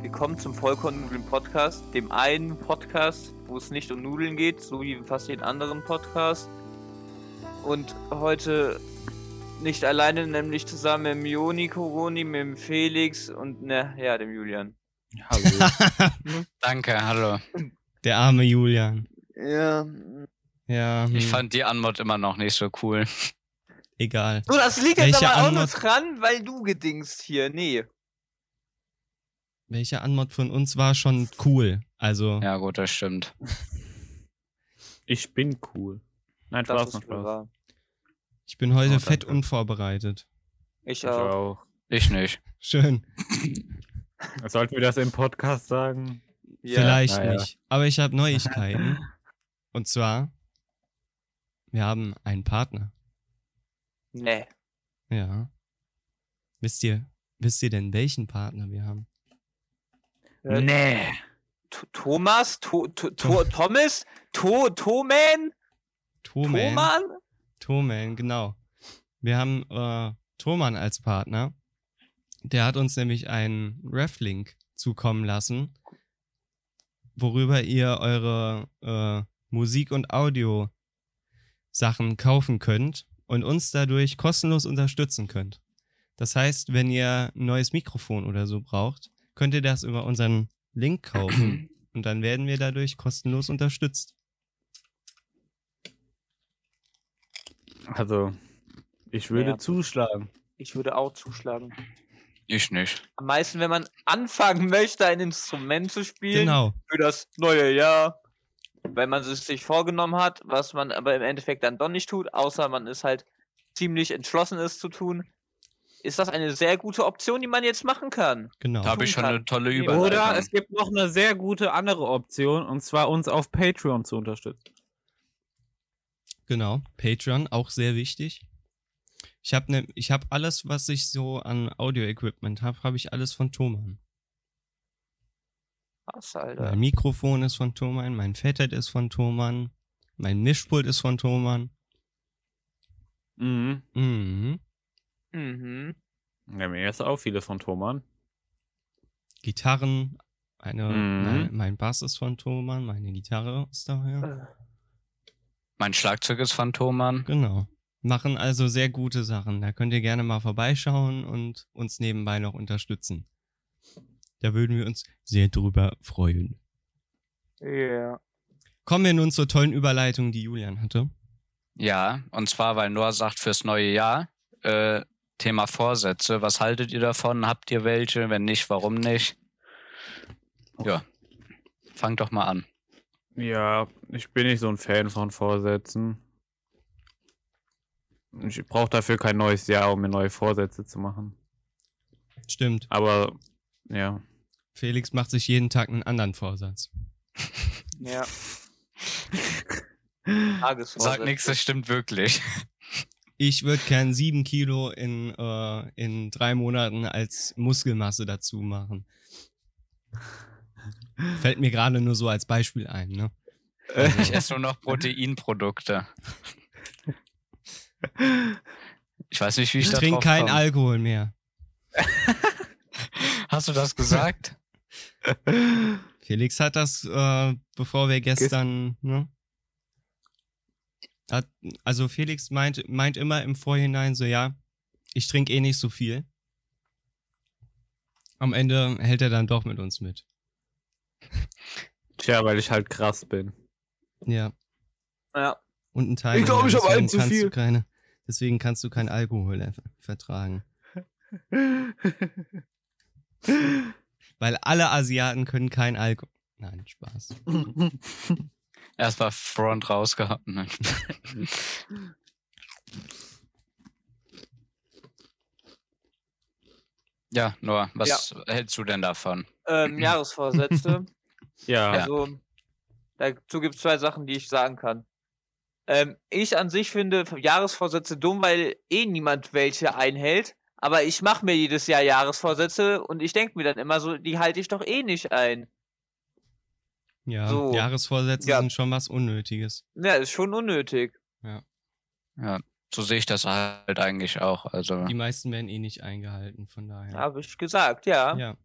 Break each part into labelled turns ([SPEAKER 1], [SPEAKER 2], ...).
[SPEAKER 1] Willkommen zum Vollkornnudeln-Podcast, dem einen Podcast, wo es nicht um Nudeln geht, so wie fast jeden anderen Podcast. Und heute nicht alleine, nämlich zusammen mit dem Joni Koroni, mit dem Felix und ne, ja, dem Julian.
[SPEAKER 2] Hallo.
[SPEAKER 3] Danke, hallo.
[SPEAKER 2] Der arme Julian.
[SPEAKER 1] Ja.
[SPEAKER 2] Ja,
[SPEAKER 3] Ich
[SPEAKER 2] hm,
[SPEAKER 3] fand die Anmod immer noch nicht so cool.
[SPEAKER 2] egal.
[SPEAKER 1] So, das liegt jetzt
[SPEAKER 2] Welche
[SPEAKER 1] aber auch nur
[SPEAKER 2] Antwort-
[SPEAKER 1] dran, weil du gedingst hier. Nee.
[SPEAKER 2] Welche Anmod von uns war schon cool? Also,
[SPEAKER 3] Ja, gut, das stimmt.
[SPEAKER 4] Ich bin cool. Nein, Spaß, noch
[SPEAKER 1] wohl
[SPEAKER 4] Spaß.
[SPEAKER 1] wahr.
[SPEAKER 2] ich bin heute
[SPEAKER 4] Oh,
[SPEAKER 2] fett
[SPEAKER 4] danke.
[SPEAKER 2] unvorbereitet.
[SPEAKER 1] Ich
[SPEAKER 4] Ich
[SPEAKER 1] auch.
[SPEAKER 4] auch. Also
[SPEAKER 3] Ich nicht.
[SPEAKER 2] Schön.
[SPEAKER 4] Sollten wir das im Podcast sagen?
[SPEAKER 1] Ja.
[SPEAKER 2] Vielleicht
[SPEAKER 4] naja.
[SPEAKER 2] nicht. Aber ich habe Neuigkeiten. Und zwar, wir haben einen Partner.
[SPEAKER 1] Nee.
[SPEAKER 2] Ja. Wisst ihr, wisst ihr denn, welchen Partner wir haben?
[SPEAKER 1] Äh,
[SPEAKER 3] Nee.
[SPEAKER 1] T- Thomas? To to to Thomas? To Toman?
[SPEAKER 2] Thoman.
[SPEAKER 1] Toman?
[SPEAKER 2] Thoman, genau. Wir haben äh, Thoman als Partner. Der hat uns nämlich einen Reflink zukommen lassen, worüber ihr eure äh, Musik- und Audio-Sachen kaufen könnt und uns dadurch kostenlos unterstützen könnt. Das heißt, wenn ihr ein neues Mikrofon oder so braucht, könnt ihr das über unseren Link kaufen und dann werden wir dadurch kostenlos unterstützt.
[SPEAKER 4] Also, ich würde
[SPEAKER 1] Ja.
[SPEAKER 4] zuschlagen.
[SPEAKER 1] Ich würde auch zuschlagen.
[SPEAKER 3] Ich nicht.
[SPEAKER 1] Am meisten, wenn man anfangen möchte, ein Instrument zu spielen
[SPEAKER 2] Genau.
[SPEAKER 1] für das neue Jahr. Wenn man es sich vorgenommen hat, was man aber im Endeffekt dann doch nicht tut, außer man ist halt ziemlich entschlossen, es zu tun, ist das eine sehr gute Option, die man jetzt machen kann.
[SPEAKER 2] Genau.
[SPEAKER 3] Da habe ich schon eine tolle Überleitung.
[SPEAKER 4] Oder es gibt noch eine sehr gute andere Option, und zwar uns auf Patreon zu unterstützen.
[SPEAKER 2] Genau, Patreon, auch sehr wichtig. Ich habe ne, ich hab alles, was ich so an Audio-Equipment habe, habe ich alles von Thomann.
[SPEAKER 1] Was, Alter?
[SPEAKER 2] Mein Mikrofon ist von Thomann, mein Fettet ist von Thomann, mein Mischpult ist von Thomann.
[SPEAKER 4] Mhm.
[SPEAKER 2] Mhm.
[SPEAKER 1] Mhm.
[SPEAKER 4] Ja, mir ist auch viele von Thomann.
[SPEAKER 2] Gitarren, eine,
[SPEAKER 4] Mhm.
[SPEAKER 2] mein, mein Bass ist von Thomann, meine Gitarre ist daher.
[SPEAKER 1] Äh,
[SPEAKER 3] Mein Schlagzeug ist von Thomann.
[SPEAKER 2] Genau. Machen also sehr gute Sachen. Da könnt ihr gerne mal vorbeischauen und uns nebenbei noch unterstützen. Da würden wir uns sehr drüber freuen.
[SPEAKER 1] Ja.
[SPEAKER 2] Kommen wir nun zur tollen Überleitung, die Julian hatte.
[SPEAKER 3] Ja, und zwar, weil Noah sagt fürs neue Jahr, äh, Thema Vorsätze. Was haltet ihr davon? Habt ihr welche? Wenn nicht, warum nicht? Ja. Fang doch mal an.
[SPEAKER 4] Ja, ich bin nicht so ein Fan von Vorsätzen. Ich brauche dafür kein neues Jahr, um mir neue Vorsätze zu machen.
[SPEAKER 2] Stimmt.
[SPEAKER 4] Aber, ja.
[SPEAKER 2] Felix macht sich jeden Tag einen anderen Vorsatz.
[SPEAKER 1] Ja.
[SPEAKER 3] Sag nichts, das stimmt wirklich.
[SPEAKER 2] Ich würde gern sieben Kilo in, äh, in drei Monaten als Muskelmasse dazu machen. Fällt mir gerade nur so als Beispiel ein, ne?
[SPEAKER 3] Ich esse nur noch Proteinprodukte. Ich weiß nicht, wie ich,
[SPEAKER 2] Ich
[SPEAKER 3] da
[SPEAKER 2] trinke
[SPEAKER 3] drauf
[SPEAKER 2] keinen
[SPEAKER 3] komm.
[SPEAKER 2] Alkohol mehr.
[SPEAKER 3] Hast du das gesagt?
[SPEAKER 2] Felix hat das, äh, bevor wir gestern, ne? Hat, also Felix meint, meint immer im Vorhinein so, ja, ich trinke eh nicht so viel. Am Ende hält er dann doch mit uns mit.
[SPEAKER 4] Tja, weil ich halt krass bin.
[SPEAKER 2] Ja.
[SPEAKER 1] Ja.
[SPEAKER 2] Und ein Teil.
[SPEAKER 4] Ich glaub, ich hab
[SPEAKER 2] deswegen
[SPEAKER 4] einen zu
[SPEAKER 2] kannst du
[SPEAKER 4] viel.
[SPEAKER 2] Keine, deswegen kannst du keinen Alkohol er- vertragen. Weil alle Asiaten können kein Alkohol. Nein, Spaß.
[SPEAKER 3] Erstmal Front rausgehauen. Nein. ja, Noah, was hältst du denn davon?
[SPEAKER 1] Ähm, Jahresvorsätze.
[SPEAKER 4] ja,
[SPEAKER 1] Also, dazu gibt es zwei Sachen, die ich sagen kann. Ähm, ich an sich finde Jahresvorsätze dumm, weil eh niemand welche einhält. Aber ich mache mir jedes Jahr Jahresvorsätze und ich denke mir dann immer so, die halte ich doch eh nicht ein.
[SPEAKER 2] Ja,
[SPEAKER 1] So.
[SPEAKER 2] Jahresvorsätze
[SPEAKER 1] Ja.
[SPEAKER 2] sind schon was Unnötiges.
[SPEAKER 1] Ja, ist schon unnötig.
[SPEAKER 3] So sehe ich das halt eigentlich auch. Also,
[SPEAKER 2] Die meisten werden eh nicht eingehalten, von daher.
[SPEAKER 1] Habe ich gesagt, ja.
[SPEAKER 2] ja.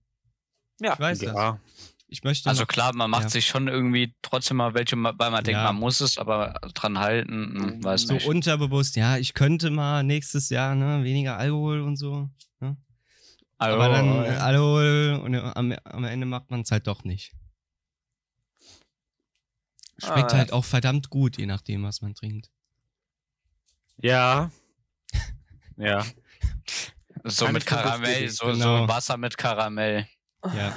[SPEAKER 1] Ja.
[SPEAKER 2] Ich weiß das.
[SPEAKER 4] Ja.
[SPEAKER 2] Ich möchte
[SPEAKER 3] Also
[SPEAKER 2] noch-
[SPEAKER 3] klar, man macht
[SPEAKER 2] Ja.
[SPEAKER 3] sich schon irgendwie trotzdem mal welche, ma- weil man denkt,
[SPEAKER 2] Ja. Mhm.
[SPEAKER 3] man muss es, aber dran halten, mh, weiß
[SPEAKER 2] so
[SPEAKER 3] nicht.
[SPEAKER 2] unterbewusst, ja, ich könnte mal nächstes Jahr ne, weniger Alkohol und so.
[SPEAKER 3] Also,
[SPEAKER 2] aber dann äh, Alkohol und äh, am, am Ende macht man es halt doch nicht. Schmeckt
[SPEAKER 1] Ah.
[SPEAKER 2] halt auch verdammt gut, je nachdem, was man trinkt.
[SPEAKER 4] Ja. ja.
[SPEAKER 3] so
[SPEAKER 4] Kann
[SPEAKER 3] mit
[SPEAKER 4] ich so
[SPEAKER 3] Karamell,
[SPEAKER 4] bestätigen,
[SPEAKER 3] so,
[SPEAKER 2] genau.
[SPEAKER 3] so Wasser mit Karamell.
[SPEAKER 2] Ja.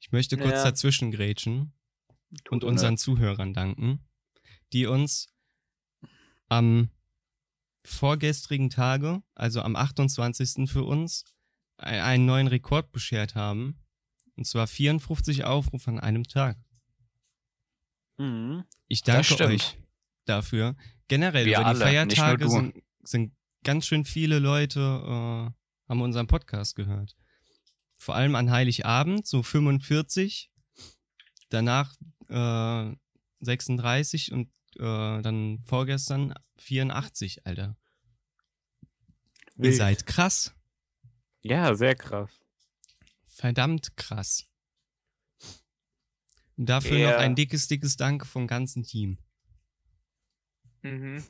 [SPEAKER 2] Ich möchte kurz
[SPEAKER 1] Ja.
[SPEAKER 2] dazwischen grätschen und
[SPEAKER 1] du. ne?
[SPEAKER 2] unseren Zuhörern danken, die uns am vorgestrigen Tage, also am 28. für uns, e- einen neuen Rekord beschert haben. Und zwar 54 Aufrufe an einem Tag.
[SPEAKER 4] Mhm.
[SPEAKER 2] Ich
[SPEAKER 3] Das
[SPEAKER 2] danke
[SPEAKER 3] stimmt.
[SPEAKER 2] euch dafür. Generell,
[SPEAKER 3] Wir
[SPEAKER 2] über die
[SPEAKER 3] alle, nicht nur
[SPEAKER 2] Feiertage
[SPEAKER 3] du.
[SPEAKER 2] sind, sind ganz schön viele Leute, äh, haben unseren Podcast gehört. Vor allem an Heiligabend, so 45, danach äh, 36 und äh, dann vorgestern 84, Alter. Ihr
[SPEAKER 4] Wild.
[SPEAKER 2] seid krass.
[SPEAKER 4] Ja, sehr krass.
[SPEAKER 2] Verdammt krass. Und dafür
[SPEAKER 1] Ja.
[SPEAKER 2] noch ein dickes, dickes Danke vom ganzen Team.
[SPEAKER 1] Mhm.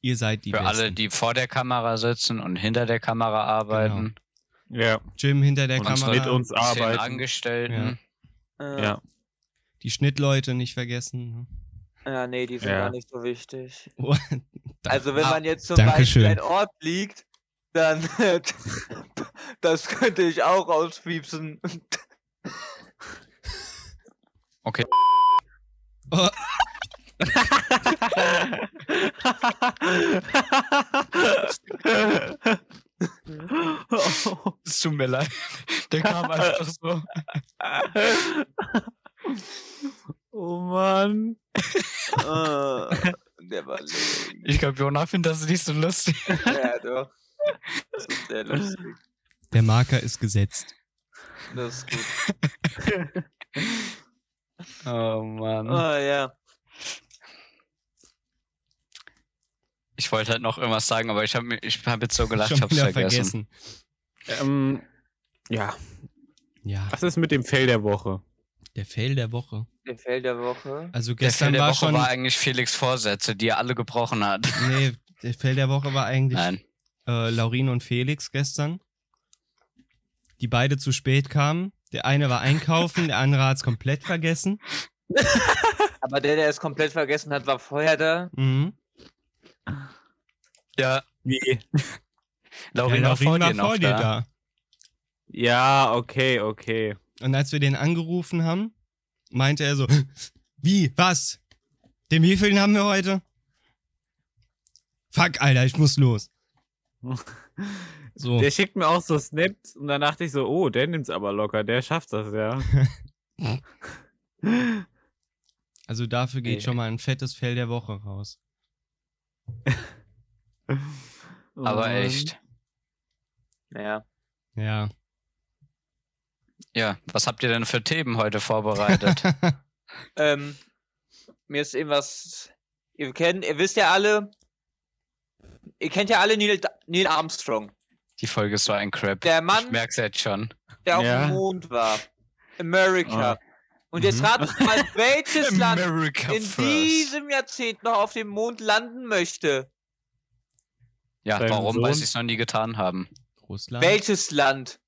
[SPEAKER 2] Ihr seid die
[SPEAKER 3] Für
[SPEAKER 2] Besten. Genau.
[SPEAKER 3] alle, die vor der Kamera sitzen und hinter der Kamera arbeiten.
[SPEAKER 4] Ja.
[SPEAKER 2] Jim hinter der
[SPEAKER 4] Und
[SPEAKER 2] Kamera.
[SPEAKER 4] mit uns
[SPEAKER 3] Genau. Zehn
[SPEAKER 4] arbeiten.
[SPEAKER 3] Angestellten.
[SPEAKER 1] Äh,
[SPEAKER 4] Ja.
[SPEAKER 1] ja.
[SPEAKER 2] Die Schnittleute nicht vergessen. ne?
[SPEAKER 1] ja, nee, die sind
[SPEAKER 4] Ja.
[SPEAKER 1] gar nicht so wichtig.
[SPEAKER 2] Oh, da-
[SPEAKER 1] Also wenn
[SPEAKER 2] Ah,
[SPEAKER 1] man jetzt zum
[SPEAKER 2] Dankeschön.
[SPEAKER 1] Beispiel ein Ort liegt, dann das könnte ich auch auspiepsen.
[SPEAKER 3] Es tut mir leid. Der kam einfach so.
[SPEAKER 4] oh Mann.
[SPEAKER 1] äh, der war lame.
[SPEAKER 3] Ich glaube, Jonah findet das nicht so lustig.
[SPEAKER 1] Ja, doch. Das ist sehr lustig.
[SPEAKER 2] Der Marker ist gesetzt.
[SPEAKER 1] Das ist gut.
[SPEAKER 3] Oh Mann.
[SPEAKER 1] Ah, ja.
[SPEAKER 3] Ich wollte halt noch irgendwas sagen, aber ich habe ich hab jetzt so gelacht, ich
[SPEAKER 2] Schon
[SPEAKER 3] hab's
[SPEAKER 2] wieder
[SPEAKER 3] vergessen.
[SPEAKER 2] vergessen.
[SPEAKER 4] Ähm, ja,
[SPEAKER 2] Ja,
[SPEAKER 4] was ist mit dem Fail der Woche?
[SPEAKER 2] der Fail der Woche.
[SPEAKER 1] Der Fail der Woche.
[SPEAKER 2] Also
[SPEAKER 3] Der Fail
[SPEAKER 2] gestern
[SPEAKER 3] der
[SPEAKER 2] war
[SPEAKER 3] Woche
[SPEAKER 2] schon.
[SPEAKER 3] war eigentlich Felix Vorsätze, die er alle gebrochen hat.
[SPEAKER 2] nee, der Fail der Woche war eigentlich
[SPEAKER 3] Nein.
[SPEAKER 2] äh, Laurin und Felix gestern. Die beide zu spät kamen. Der eine war einkaufen, der andere hat's komplett vergessen.
[SPEAKER 1] Aber der, der es komplett vergessen hat, war vorher da.
[SPEAKER 2] Mhm.
[SPEAKER 3] Ja,
[SPEAKER 4] Wie?
[SPEAKER 3] Laurin war vor dir noch da.
[SPEAKER 4] Ja, okay, okay.
[SPEAKER 2] Und als wir den angerufen haben, meinte er so: Wie? Was? Den wievielten haben wir heute? Fuck, Alter, ich muss los. So.
[SPEAKER 4] Der schickt mir auch so Snaps und dann dachte ich so, oh, der nimmt's aber locker, der schafft das ja.
[SPEAKER 2] Also dafür geht
[SPEAKER 4] Ey.
[SPEAKER 2] schon mal ein fettes Fell der Woche raus.
[SPEAKER 4] Oh
[SPEAKER 3] Aber
[SPEAKER 4] Mann.
[SPEAKER 3] echt.
[SPEAKER 1] Ja.
[SPEAKER 2] Ja.
[SPEAKER 3] Ja, was habt ihr denn für Themen heute vorbereitet?
[SPEAKER 1] Ähm, mir ist eben was. Ihr kennt, ihr wisst ja alle. Ihr kennt ja alle Neil, Neil Armstrong.
[SPEAKER 3] Die Folge ist so ein Crap.
[SPEAKER 1] Der
[SPEAKER 3] Ich
[SPEAKER 1] Mann,
[SPEAKER 3] merk's jetzt schon.
[SPEAKER 1] der auf
[SPEAKER 4] Ja.
[SPEAKER 1] dem Mond war. America. Und jetzt
[SPEAKER 2] Mhm.
[SPEAKER 1] ratet mal, welches Land
[SPEAKER 3] America
[SPEAKER 1] in diesem Jahrzehnt noch auf dem Mond landen möchte.
[SPEAKER 3] Ja,
[SPEAKER 4] Dein
[SPEAKER 3] warum, weil
[SPEAKER 4] Sohn?
[SPEAKER 3] sie es noch nie getan haben.
[SPEAKER 2] Russland.
[SPEAKER 1] Welches Land?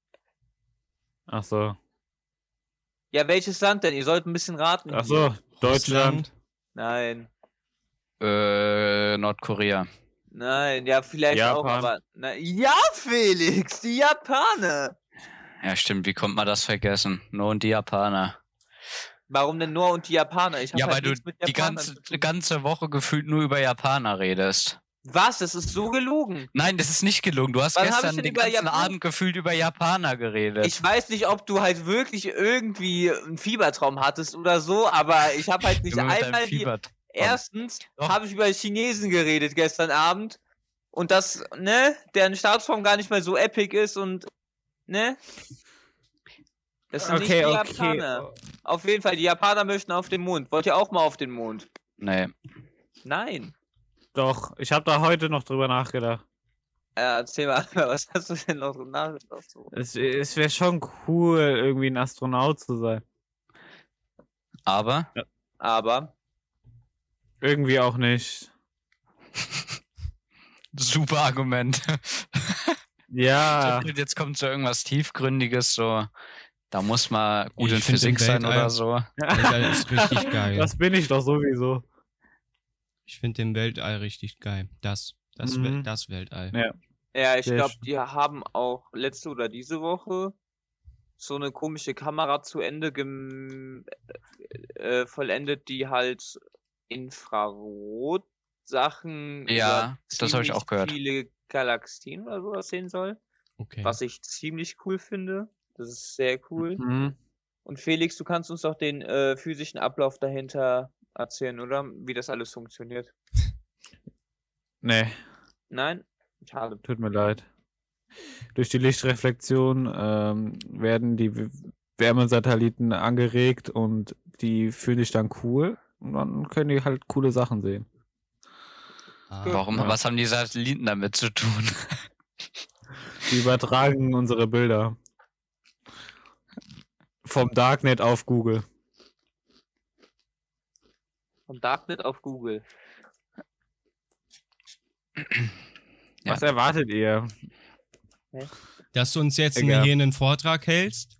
[SPEAKER 4] Ach so.
[SPEAKER 1] Ja, welches Land denn? Ihr sollt ein bisschen raten.
[SPEAKER 4] Ach so, Deutschland.
[SPEAKER 1] Nein.
[SPEAKER 3] Äh, Nordkorea.
[SPEAKER 1] Nein, ja, vielleicht auch,
[SPEAKER 4] Japan.
[SPEAKER 1] aber. Na, ja, Felix, die Japaner!
[SPEAKER 3] Ja, stimmt. Wie kommt man das vergessen? Nur und die Japaner.
[SPEAKER 1] Warum denn nur und die Japaner? Ich hab
[SPEAKER 3] Ja,
[SPEAKER 1] halt
[SPEAKER 3] weil du
[SPEAKER 1] nichts mit
[SPEAKER 3] die
[SPEAKER 1] Japanern
[SPEAKER 3] ganze,
[SPEAKER 1] zu tun.
[SPEAKER 3] ganze Woche gefühlt nur über Japaner redest.
[SPEAKER 1] Was? Das ist so gelogen.
[SPEAKER 3] Nein, das ist nicht gelungen. Du hast
[SPEAKER 1] Wann hab ich
[SPEAKER 3] gestern
[SPEAKER 1] denn
[SPEAKER 3] den
[SPEAKER 1] über
[SPEAKER 3] ganzen
[SPEAKER 1] Japan-
[SPEAKER 3] Abend gefühlt über Japaner geredet.
[SPEAKER 1] Ich weiß nicht, ob du halt wirklich irgendwie einen Fiebertraum hattest oder so, aber ich habe halt nicht
[SPEAKER 3] Junge, mit deinem
[SPEAKER 1] einmal die.
[SPEAKER 3] Fieber.
[SPEAKER 1] Erstens
[SPEAKER 3] Doch.
[SPEAKER 1] habe ich über Chinesen geredet gestern Abend und dass, ne, deren Staatsform gar nicht mehr so epic ist und, ne? Das sind
[SPEAKER 4] Okay,
[SPEAKER 1] nicht die
[SPEAKER 4] okay.
[SPEAKER 1] Japaner. Auf jeden Fall, die Japaner möchten auf den Mond. Wollt ihr auch mal auf den Mond?
[SPEAKER 3] Nee.
[SPEAKER 1] Nein.
[SPEAKER 4] Doch, ich habe da heute noch drüber nachgedacht.
[SPEAKER 1] Ja, Äh, erzähl mal, was hast du denn noch nach? noch so?
[SPEAKER 4] Es, es wäre schon cool, irgendwie ein Astronaut zu sein.
[SPEAKER 3] Aber
[SPEAKER 1] Aber,
[SPEAKER 4] Irgendwie auch nicht.
[SPEAKER 3] super Argument.
[SPEAKER 4] Ja.
[SPEAKER 3] Jetzt kommt so irgendwas Tiefgründiges, so da muss man gut
[SPEAKER 2] Ich
[SPEAKER 3] in
[SPEAKER 2] find
[SPEAKER 3] Physik
[SPEAKER 2] den
[SPEAKER 3] sein
[SPEAKER 2] Weltall-
[SPEAKER 3] oder so.
[SPEAKER 2] Weltall ist richtig geil.
[SPEAKER 4] Das bin ich doch sowieso.
[SPEAKER 2] Ich finde den Weltall richtig geil. Das. Das,
[SPEAKER 4] Mhm.
[SPEAKER 2] Wel- das Weltall.
[SPEAKER 4] Ja.
[SPEAKER 1] ja, ich
[SPEAKER 4] Sehr
[SPEAKER 1] glaube,
[SPEAKER 4] schön.
[SPEAKER 1] die haben auch letzte oder diese Woche so eine komische Kamera zu Ende gem äh, vollendet, die halt Infrarot-Sachen. über
[SPEAKER 3] Ja, das hab ich
[SPEAKER 1] ziemlich
[SPEAKER 3] auch gehört.
[SPEAKER 1] Viele Galaxien oder sowas sehen soll,
[SPEAKER 2] Okay.
[SPEAKER 1] was ich ziemlich cool finde. Das ist sehr cool.
[SPEAKER 4] Mhm.
[SPEAKER 1] Und Felix, du kannst uns doch den äh, physischen Ablauf dahinter erzählen, oder? Wie das alles funktioniert.
[SPEAKER 4] Nee,
[SPEAKER 1] Nein? Schade.
[SPEAKER 4] tut mir leid. Durch die Lichtreflexion ähm, werden die W- Wärmesatelliten angeregt und die fühlen sich dann cool. Und dann können die halt coole Sachen sehen.
[SPEAKER 2] Ah.
[SPEAKER 3] Warum?
[SPEAKER 4] Ja.
[SPEAKER 3] Was haben die Satelliten damit zu tun?
[SPEAKER 4] Die übertragen unsere Bilder. Vom Darknet auf Google.
[SPEAKER 1] Vom Darknet auf Google.
[SPEAKER 3] Ja.
[SPEAKER 4] Was erwartet ihr?
[SPEAKER 2] Dass du uns jetzt
[SPEAKER 4] Egal.
[SPEAKER 2] hier einen Vortrag hältst?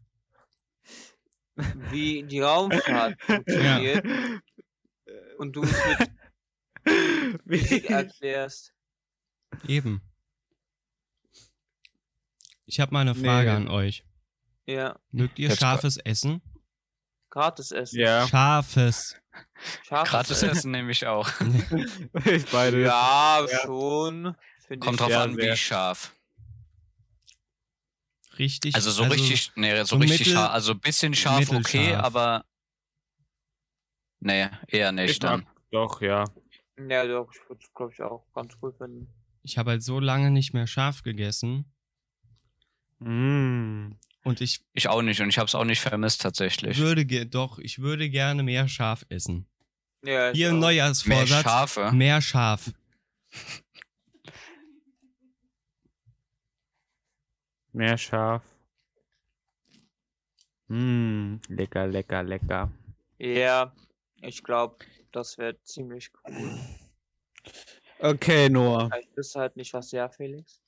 [SPEAKER 1] Wie die Raumfahrt funktioniert und du es mit Physik erklärst.
[SPEAKER 2] Eben. Ich habe mal eine Frage
[SPEAKER 4] Nee.
[SPEAKER 2] an euch.
[SPEAKER 1] Ja,
[SPEAKER 2] Mögt ihr
[SPEAKER 3] Jetzt-
[SPEAKER 2] scharfes Essen?
[SPEAKER 1] gratis essen.
[SPEAKER 4] ja,
[SPEAKER 2] Scharfes.
[SPEAKER 1] Scharfes
[SPEAKER 3] Gratis Essen nehme ich auch.
[SPEAKER 4] ich beide.
[SPEAKER 1] Ja,
[SPEAKER 4] Ja.
[SPEAKER 1] schon. Find
[SPEAKER 3] Kommt
[SPEAKER 1] ich
[SPEAKER 3] drauf
[SPEAKER 4] Ja,
[SPEAKER 3] an, wie
[SPEAKER 4] sehr.
[SPEAKER 3] scharf.
[SPEAKER 2] Richtig.
[SPEAKER 3] Also so richtig, nee, so,
[SPEAKER 2] so
[SPEAKER 3] richtig
[SPEAKER 2] mittel-
[SPEAKER 3] scharf. Also ein bisschen scharf, okay,
[SPEAKER 2] mittelscharf.
[SPEAKER 3] aber. Nee, eher nicht.
[SPEAKER 4] Ich mag
[SPEAKER 3] Dann.
[SPEAKER 4] doch, ja.
[SPEAKER 1] Ja, doch, ich würde es, glaube ich, auch ganz cool finden.
[SPEAKER 2] Ich habe halt so lange nicht mehr scharf gegessen
[SPEAKER 4] Mm.
[SPEAKER 2] und ich
[SPEAKER 3] Ich auch nicht und ich habe es auch nicht vermisst tatsächlich.
[SPEAKER 2] würde ge doch, ich würde gerne mehr scharf essen.
[SPEAKER 1] Ja, ich
[SPEAKER 2] Hier im
[SPEAKER 1] auch.
[SPEAKER 3] Also Mehr ne?
[SPEAKER 2] Neujahrsvorsatz.
[SPEAKER 3] scharfe.
[SPEAKER 2] Mehr scharf.
[SPEAKER 4] Mehr scharf. Mm, lecker, lecker, lecker.
[SPEAKER 1] Ja, ich glaube, das wäre ziemlich cool.
[SPEAKER 4] Okay, Noah.
[SPEAKER 1] Aber Ich wüsste halt nicht, was ja, Felix.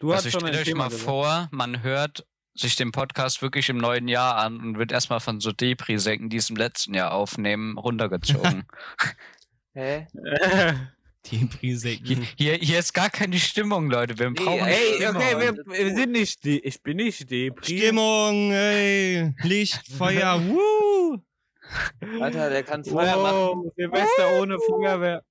[SPEAKER 4] Du
[SPEAKER 3] also stellt euch mal vor, man hört sich den Podcast wirklich im neuen Jahr an und wird erstmal von so Depri-Säcken, die es im letzten Jahr aufnehmen, runtergezogen.
[SPEAKER 1] Hä?
[SPEAKER 2] Die Prisäcken.
[SPEAKER 3] hier, hier ist gar keine Stimmung, Leute. Wir
[SPEAKER 1] Nee,
[SPEAKER 3] brauchen
[SPEAKER 1] ey,
[SPEAKER 4] Ey,
[SPEAKER 3] Stimmung.
[SPEAKER 4] okay, wir,
[SPEAKER 1] Das ist
[SPEAKER 4] wir
[SPEAKER 1] gut.
[SPEAKER 4] sind nicht die. Ich bin nicht die.
[SPEAKER 2] Stimmung, ey. Licht, Feuer, wuh.
[SPEAKER 1] Alter, der kann Feuer machen.
[SPEAKER 4] Oh, Silvester ohne Feuerwehr.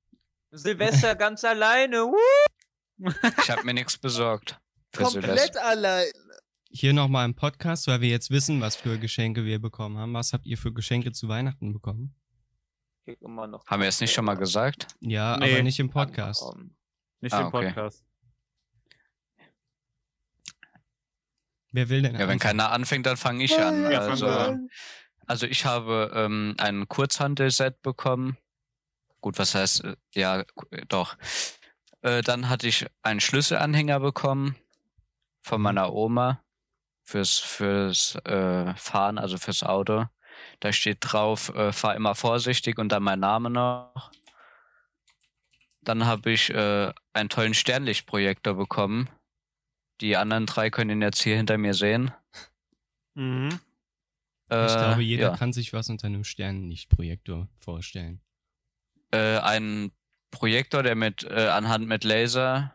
[SPEAKER 1] Silvester ganz alleine. wuh,
[SPEAKER 3] Ich habe mir nichts besorgt. Für
[SPEAKER 1] komplett
[SPEAKER 3] Silvester.
[SPEAKER 1] allein.
[SPEAKER 2] Hier nochmal im Podcast, weil wir jetzt wissen, was für Geschenke wir bekommen haben. Was habt ihr für Geschenke zu Weihnachten bekommen?
[SPEAKER 1] Ich krieg immer noch.
[SPEAKER 3] Haben wir es nicht schon mal gesagt?
[SPEAKER 2] Ja,
[SPEAKER 4] Nee.
[SPEAKER 2] aber nicht im Podcast.
[SPEAKER 1] angekommen.
[SPEAKER 4] Nicht
[SPEAKER 3] Ah,
[SPEAKER 4] im
[SPEAKER 3] okay.
[SPEAKER 4] Podcast.
[SPEAKER 2] Wer will denn?
[SPEAKER 3] Ja, wenn
[SPEAKER 2] anfangen?
[SPEAKER 3] keiner anfängt, dann fange ich an.
[SPEAKER 4] Ja, fang du
[SPEAKER 3] Also,
[SPEAKER 4] an.
[SPEAKER 3] also ich habe ähm, ein Kurzhandelset bekommen. Gut, was heißt, äh, ja, ku- äh, doch. Äh, dann hatte ich einen Schlüsselanhänger bekommen
[SPEAKER 2] Mhm.
[SPEAKER 3] von meiner Oma fürs, fürs äh, Fahren, also fürs Auto. Da steht drauf, äh, fahr immer vorsichtig und dann mein Name noch. Dann habe ich äh, einen tollen Sternlichtprojektor bekommen. Die anderen drei können ihn jetzt hier hinter mir sehen.
[SPEAKER 4] Mhm.
[SPEAKER 2] Ich
[SPEAKER 3] Äh,
[SPEAKER 2] glaube, jeder
[SPEAKER 3] ja.
[SPEAKER 2] kann sich was unter einem Sternenlichtprojektor vorstellen.
[SPEAKER 3] äh, einen Projektor, der mit äh, anhand mit Laser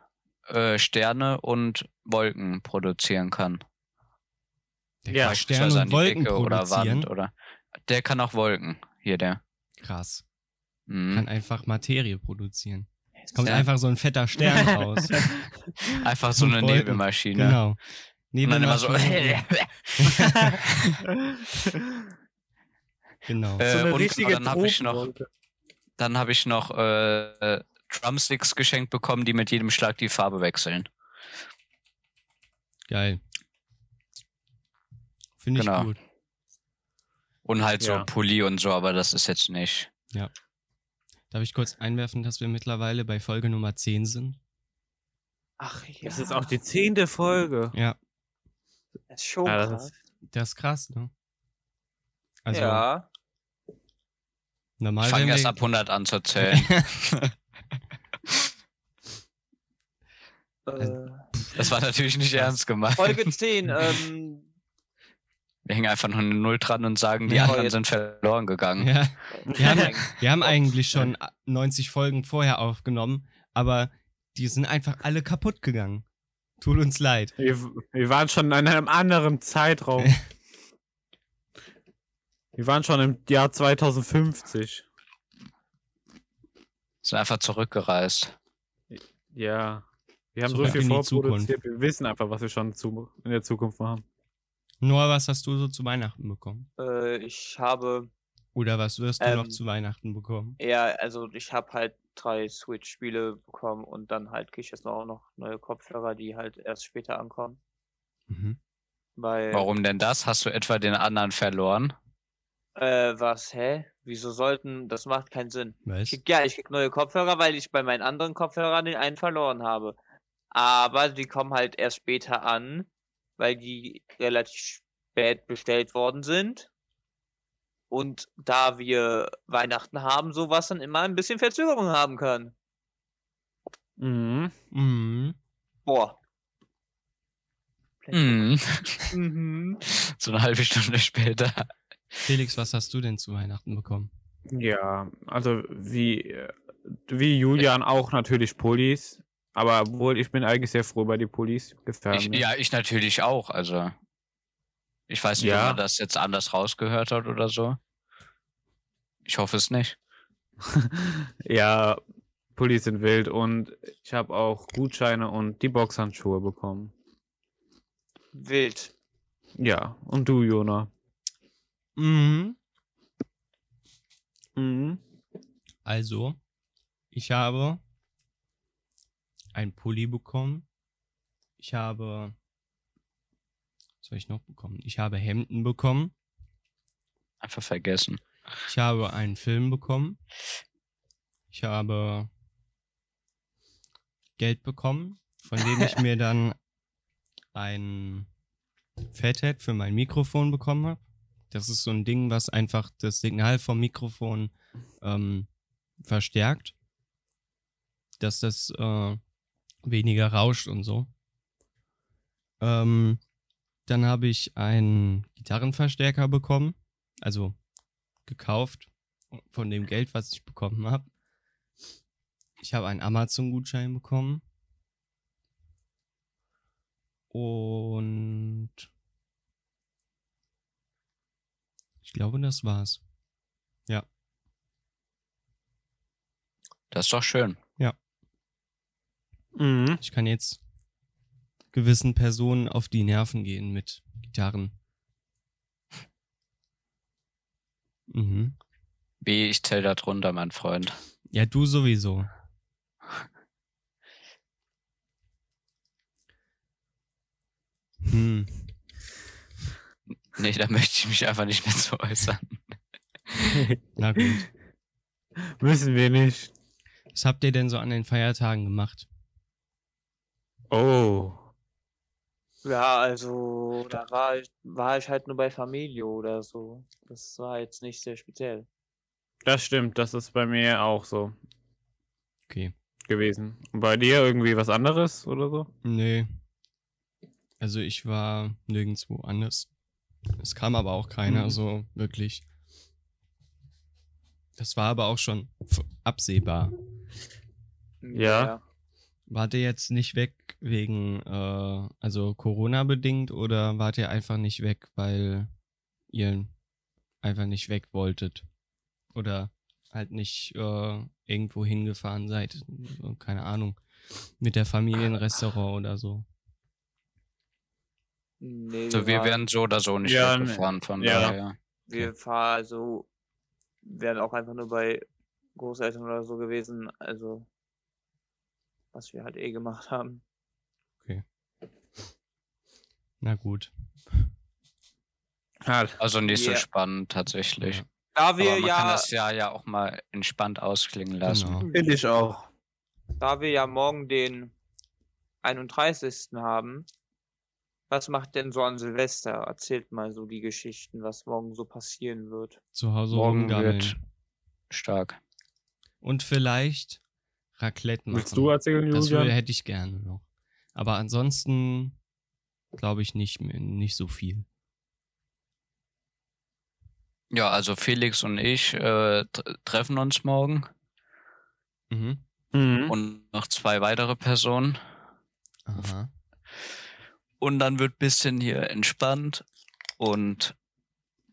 [SPEAKER 3] äh, Sterne und Wolken produzieren kann.
[SPEAKER 2] Der
[SPEAKER 4] Ja,
[SPEAKER 2] kann
[SPEAKER 3] Beispielsweise
[SPEAKER 2] Sterne
[SPEAKER 3] an
[SPEAKER 2] und
[SPEAKER 3] die
[SPEAKER 2] Wolken
[SPEAKER 3] Decke oder
[SPEAKER 2] produzieren.
[SPEAKER 3] Wand oder. Der kann auch Wolken. Hier der.
[SPEAKER 2] Krass. Kann
[SPEAKER 3] Mhm.
[SPEAKER 2] einfach Materie produzieren. Es kommt
[SPEAKER 3] Ja.
[SPEAKER 2] einfach so ein fetter Stern raus.
[SPEAKER 3] Einfach so
[SPEAKER 2] und
[SPEAKER 3] eine
[SPEAKER 2] Wolken.
[SPEAKER 3] Nebelmaschine.
[SPEAKER 2] Genau.
[SPEAKER 3] Und dann immer so.
[SPEAKER 2] Nebelmaschine. genau.
[SPEAKER 3] Äh,
[SPEAKER 4] so eine
[SPEAKER 3] und
[SPEAKER 4] richtige
[SPEAKER 3] genau, dann hab ich noch-
[SPEAKER 4] Tropenwolke.
[SPEAKER 3] Dann habe ich noch äh, Drumsticks geschenkt bekommen, die mit jedem Schlag die Farbe wechseln.
[SPEAKER 2] Geil. Finde ich
[SPEAKER 3] Genau.
[SPEAKER 2] gut.
[SPEAKER 3] Und halt so
[SPEAKER 4] Ja.
[SPEAKER 3] Pulli und so, aber das ist jetzt nicht.
[SPEAKER 2] Darf ich kurz einwerfen, dass wir mittlerweile bei Folge Nummer 10 sind?
[SPEAKER 1] Ach ja.
[SPEAKER 4] Das ist auch die zehnte Folge.
[SPEAKER 2] Ja,
[SPEAKER 1] Das ist schon
[SPEAKER 4] Ja, das
[SPEAKER 1] krass.
[SPEAKER 2] das ist krass, ne? Also
[SPEAKER 1] ja.
[SPEAKER 2] normal
[SPEAKER 3] Ich fange
[SPEAKER 2] wären
[SPEAKER 3] erst
[SPEAKER 2] wir-
[SPEAKER 3] ab 100 an zu zählen.
[SPEAKER 1] Äh,
[SPEAKER 4] Also-
[SPEAKER 3] Das war natürlich nicht ernst gemeint.
[SPEAKER 1] Folge 10. ähm,
[SPEAKER 3] Wir hängen einfach noch eine Null dran und sagen, die
[SPEAKER 1] Ja,
[SPEAKER 3] anderen
[SPEAKER 1] jetzt-
[SPEAKER 3] sind verloren gegangen.
[SPEAKER 2] Ja, wir haben, wir haben eigentlich schon 90 Folgen vorher aufgenommen, aber die sind einfach alle kaputt gegangen. Tut uns leid.
[SPEAKER 4] Wir, wir waren schon in einem anderen Zeitraum. wir waren schon im Jahr 2050.
[SPEAKER 3] Sind einfach zurückgereist.
[SPEAKER 4] Ja. Wir haben
[SPEAKER 2] Zurück
[SPEAKER 4] so viel
[SPEAKER 2] in die
[SPEAKER 4] vorproduziert, wir wissen einfach, was wir schon zu, in der Zukunft machen.
[SPEAKER 2] Noah, was hast du so zu Weihnachten bekommen?
[SPEAKER 1] äh, ich habe,
[SPEAKER 2] Oder was wirst du
[SPEAKER 1] Ähm,
[SPEAKER 2] noch zu Weihnachten bekommen?
[SPEAKER 1] ja, also ich habe halt drei Switch-Spiele bekommen und dann halt kriege ich jetzt auch noch neue Kopfhörer, die halt erst später ankommen.
[SPEAKER 2] Mhm.
[SPEAKER 1] Weil,
[SPEAKER 3] Warum denn das? Hast du etwa den anderen verloren?
[SPEAKER 1] Äh, was, hä? Wieso sollten, das macht keinen Sinn. Ich
[SPEAKER 2] Weißt?
[SPEAKER 1] krieg, ja, ich krieg neue Kopfhörer, weil ich bei meinen anderen Kopfhörern den einen verloren habe. Aber die kommen halt erst später an, weil die relativ spät bestellt worden sind. Und da wir Weihnachten haben, sowas dann immer ein bisschen Verzögerung haben können.
[SPEAKER 4] Mhm.
[SPEAKER 2] Mhm.
[SPEAKER 1] Boah.
[SPEAKER 3] Hm,
[SPEAKER 1] Mhm.
[SPEAKER 3] so eine halbe Stunde später.
[SPEAKER 2] Felix, was hast du denn zu Weihnachten bekommen?
[SPEAKER 4] Ja, also wie, äh, wie Julian auch natürlich Pullis. Aber wohl, ich bin eigentlich sehr froh über die Pullis. Gefallen
[SPEAKER 3] Ich,
[SPEAKER 4] mir.
[SPEAKER 3] ja, ich natürlich auch. Also, ich weiß nicht,
[SPEAKER 4] Ja.
[SPEAKER 3] ob man das jetzt anders rausgehört hat oder so. Ich hoffe es nicht.
[SPEAKER 4] ja, Pullis sind wild und ich habe auch Gutscheine und die Boxhandschuhe bekommen.
[SPEAKER 1] Wild.
[SPEAKER 4] Ja, und du, Jona.
[SPEAKER 2] Mhm.
[SPEAKER 4] Mhm.
[SPEAKER 2] Also, ich habe ein Pulli bekommen. Ich habe. Was habe ich noch bekommen? Ich habe Hemden bekommen.
[SPEAKER 3] Einfach vergessen.
[SPEAKER 2] Ich habe einen Film bekommen. Ich habe Geld bekommen, von dem ich mir dann ein Fathead für mein Mikrofon bekommen habe. Das ist so ein Ding, was einfach das Signal vom Mikrofon ähm, verstärkt, dass das äh, weniger rauscht und so. Ähm, dann habe ich einen Gitarrenverstärker bekommen, also gekauft von dem Geld, was ich bekommen habe. Ich habe einen Amazon-Gutschein bekommen. Und ich glaube, das war's.
[SPEAKER 3] Das ist doch schön.
[SPEAKER 4] Mhm.
[SPEAKER 2] Ich kann jetzt gewissen Personen auf die Nerven gehen mit Gitarren. Mhm.
[SPEAKER 3] B, ich zähle da drunter, mein Freund.
[SPEAKER 2] Ja, du sowieso. Hm.
[SPEAKER 3] Nee, da möchte ich mich einfach nicht mehr zu äußern.
[SPEAKER 2] Na gut.
[SPEAKER 4] Müssen wir nicht.
[SPEAKER 2] Was habt ihr denn so an den Feiertagen gemacht?
[SPEAKER 4] Oh.
[SPEAKER 1] Ja, also da war ich, war ich halt nur bei Familie oder so. Das war jetzt nicht sehr speziell.
[SPEAKER 4] Das stimmt, das ist bei mir auch so
[SPEAKER 2] Okay.
[SPEAKER 4] gewesen. Und bei dir irgendwie was anderes oder so?
[SPEAKER 2] Nee. Also ich war nirgendwo anders. Es kam aber auch keiner
[SPEAKER 4] Mhm.
[SPEAKER 2] so wirklich. Das war aber auch schon f- absehbar.
[SPEAKER 4] Ja.
[SPEAKER 2] Wart ihr jetzt nicht weg wegen, äh, also Corona bedingt oder wart ihr einfach nicht weg, weil ihr einfach nicht weg wolltet? Oder halt nicht äh, irgendwo hingefahren seid, So, keine Ahnung, mit der Familie in ein Restaurant oder so.
[SPEAKER 1] Nee,
[SPEAKER 3] Also wir
[SPEAKER 1] waren-
[SPEAKER 3] wären so oder so nicht
[SPEAKER 4] Ja,
[SPEAKER 3] weggefahren von
[SPEAKER 4] nee. Ja.
[SPEAKER 3] daher.
[SPEAKER 1] Wir fahren also, wären auch einfach nur bei Großeltern oder so gewesen, also was wir halt eh gemacht haben.
[SPEAKER 2] Na gut.
[SPEAKER 4] Halt.
[SPEAKER 3] Also nicht so
[SPEAKER 1] Ja.
[SPEAKER 3] spannend tatsächlich.
[SPEAKER 1] Da
[SPEAKER 3] Aber
[SPEAKER 1] wir
[SPEAKER 3] man kann
[SPEAKER 1] ja, Genau.
[SPEAKER 3] das ja, ja auch mal entspannt ausklingen lassen.
[SPEAKER 2] Genau.
[SPEAKER 4] Finde ich auch.
[SPEAKER 1] da wir ja morgen den 31. haben. Was macht denn so an Silvester? Erzählt mal so die Geschichten, was morgen so passieren wird.
[SPEAKER 2] Zu Hause
[SPEAKER 3] Morgen
[SPEAKER 2] rumgammeln.
[SPEAKER 3] wird stark.
[SPEAKER 2] Und vielleicht Raclette machen.
[SPEAKER 4] Willst du erzählen,
[SPEAKER 2] Das wär-
[SPEAKER 4] Julian?
[SPEAKER 2] hätte ich gerne noch. Aber ansonsten glaube ich nicht, mehr- nicht so viel.
[SPEAKER 3] Ja, also Felix und ich äh, tr- treffen uns morgen
[SPEAKER 2] Mhm.
[SPEAKER 4] Mhm.
[SPEAKER 3] und noch zwei weitere Personen.
[SPEAKER 2] Aha.
[SPEAKER 3] Und dann wird bisschen hier entspannt. Und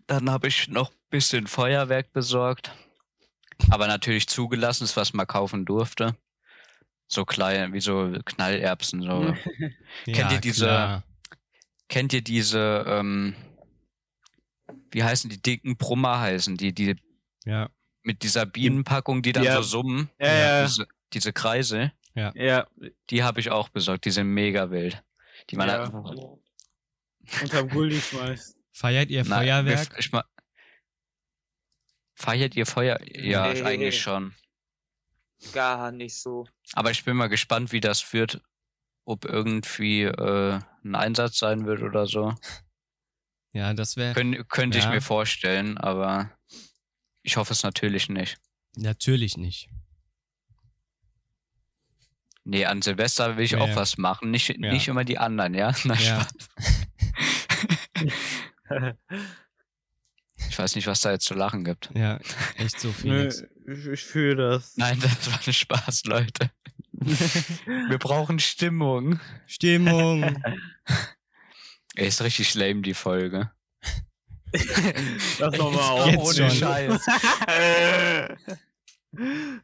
[SPEAKER 3] dann habe ich noch bisschen Feuerwerk besorgt. Aber natürlich zugelassen ist, was man kaufen durfte. So klein, wie so Knallerbsen.
[SPEAKER 1] Mhm.
[SPEAKER 3] So. Kennt ihr diese-
[SPEAKER 2] klar.
[SPEAKER 3] Kennt ihr diese, ähm, wie heißen die dicken Brummer heißen? Die, die
[SPEAKER 2] Ja,
[SPEAKER 3] mit dieser Bienenpackung, die dann
[SPEAKER 4] Ja.
[SPEAKER 3] so summen.
[SPEAKER 4] Ja, ja, ja.
[SPEAKER 3] Diese, diese Kreise,
[SPEAKER 4] ja.
[SPEAKER 3] die habe ich auch besorgt. Die sind mega wild. Die man
[SPEAKER 4] Ja. Unterm Gulli schmeißt.
[SPEAKER 2] feiert ihr
[SPEAKER 3] Nein, wir-
[SPEAKER 2] Feuerwerk?
[SPEAKER 3] Ich ma Feiert ihr Feuer? Ja,
[SPEAKER 1] Nee.
[SPEAKER 3] eigentlich schon.
[SPEAKER 1] Gar nicht so.
[SPEAKER 3] Aber ich bin mal gespannt, wie das wird. Ob irgendwie äh, ein Einsatz sein wird oder so.
[SPEAKER 2] Ja, das wäre
[SPEAKER 3] Kön könnte
[SPEAKER 2] Ja.
[SPEAKER 3] ich mir vorstellen, aber ich hoffe es natürlich nicht.
[SPEAKER 2] natürlich nicht.
[SPEAKER 3] Nee, an Silvester will ich
[SPEAKER 2] Ja,
[SPEAKER 3] auch
[SPEAKER 2] ja.
[SPEAKER 3] was machen. Nicht, nicht immer die anderen, ja? Na,
[SPEAKER 2] Ja.
[SPEAKER 3] Ich weiß nicht, was da jetzt zu lachen gibt.
[SPEAKER 2] Ja, echt so
[SPEAKER 4] Nö,
[SPEAKER 2] Felix.
[SPEAKER 4] ich, ich fühle das.
[SPEAKER 3] Nein, das war ein Spaß, Leute. Wir brauchen Stimmung.
[SPEAKER 2] Stimmung.
[SPEAKER 3] Ey, ist richtig lame, die Folge.
[SPEAKER 4] Lass nochmal auf.
[SPEAKER 2] Jetzt
[SPEAKER 3] ohne
[SPEAKER 2] schon.
[SPEAKER 3] Scheiß.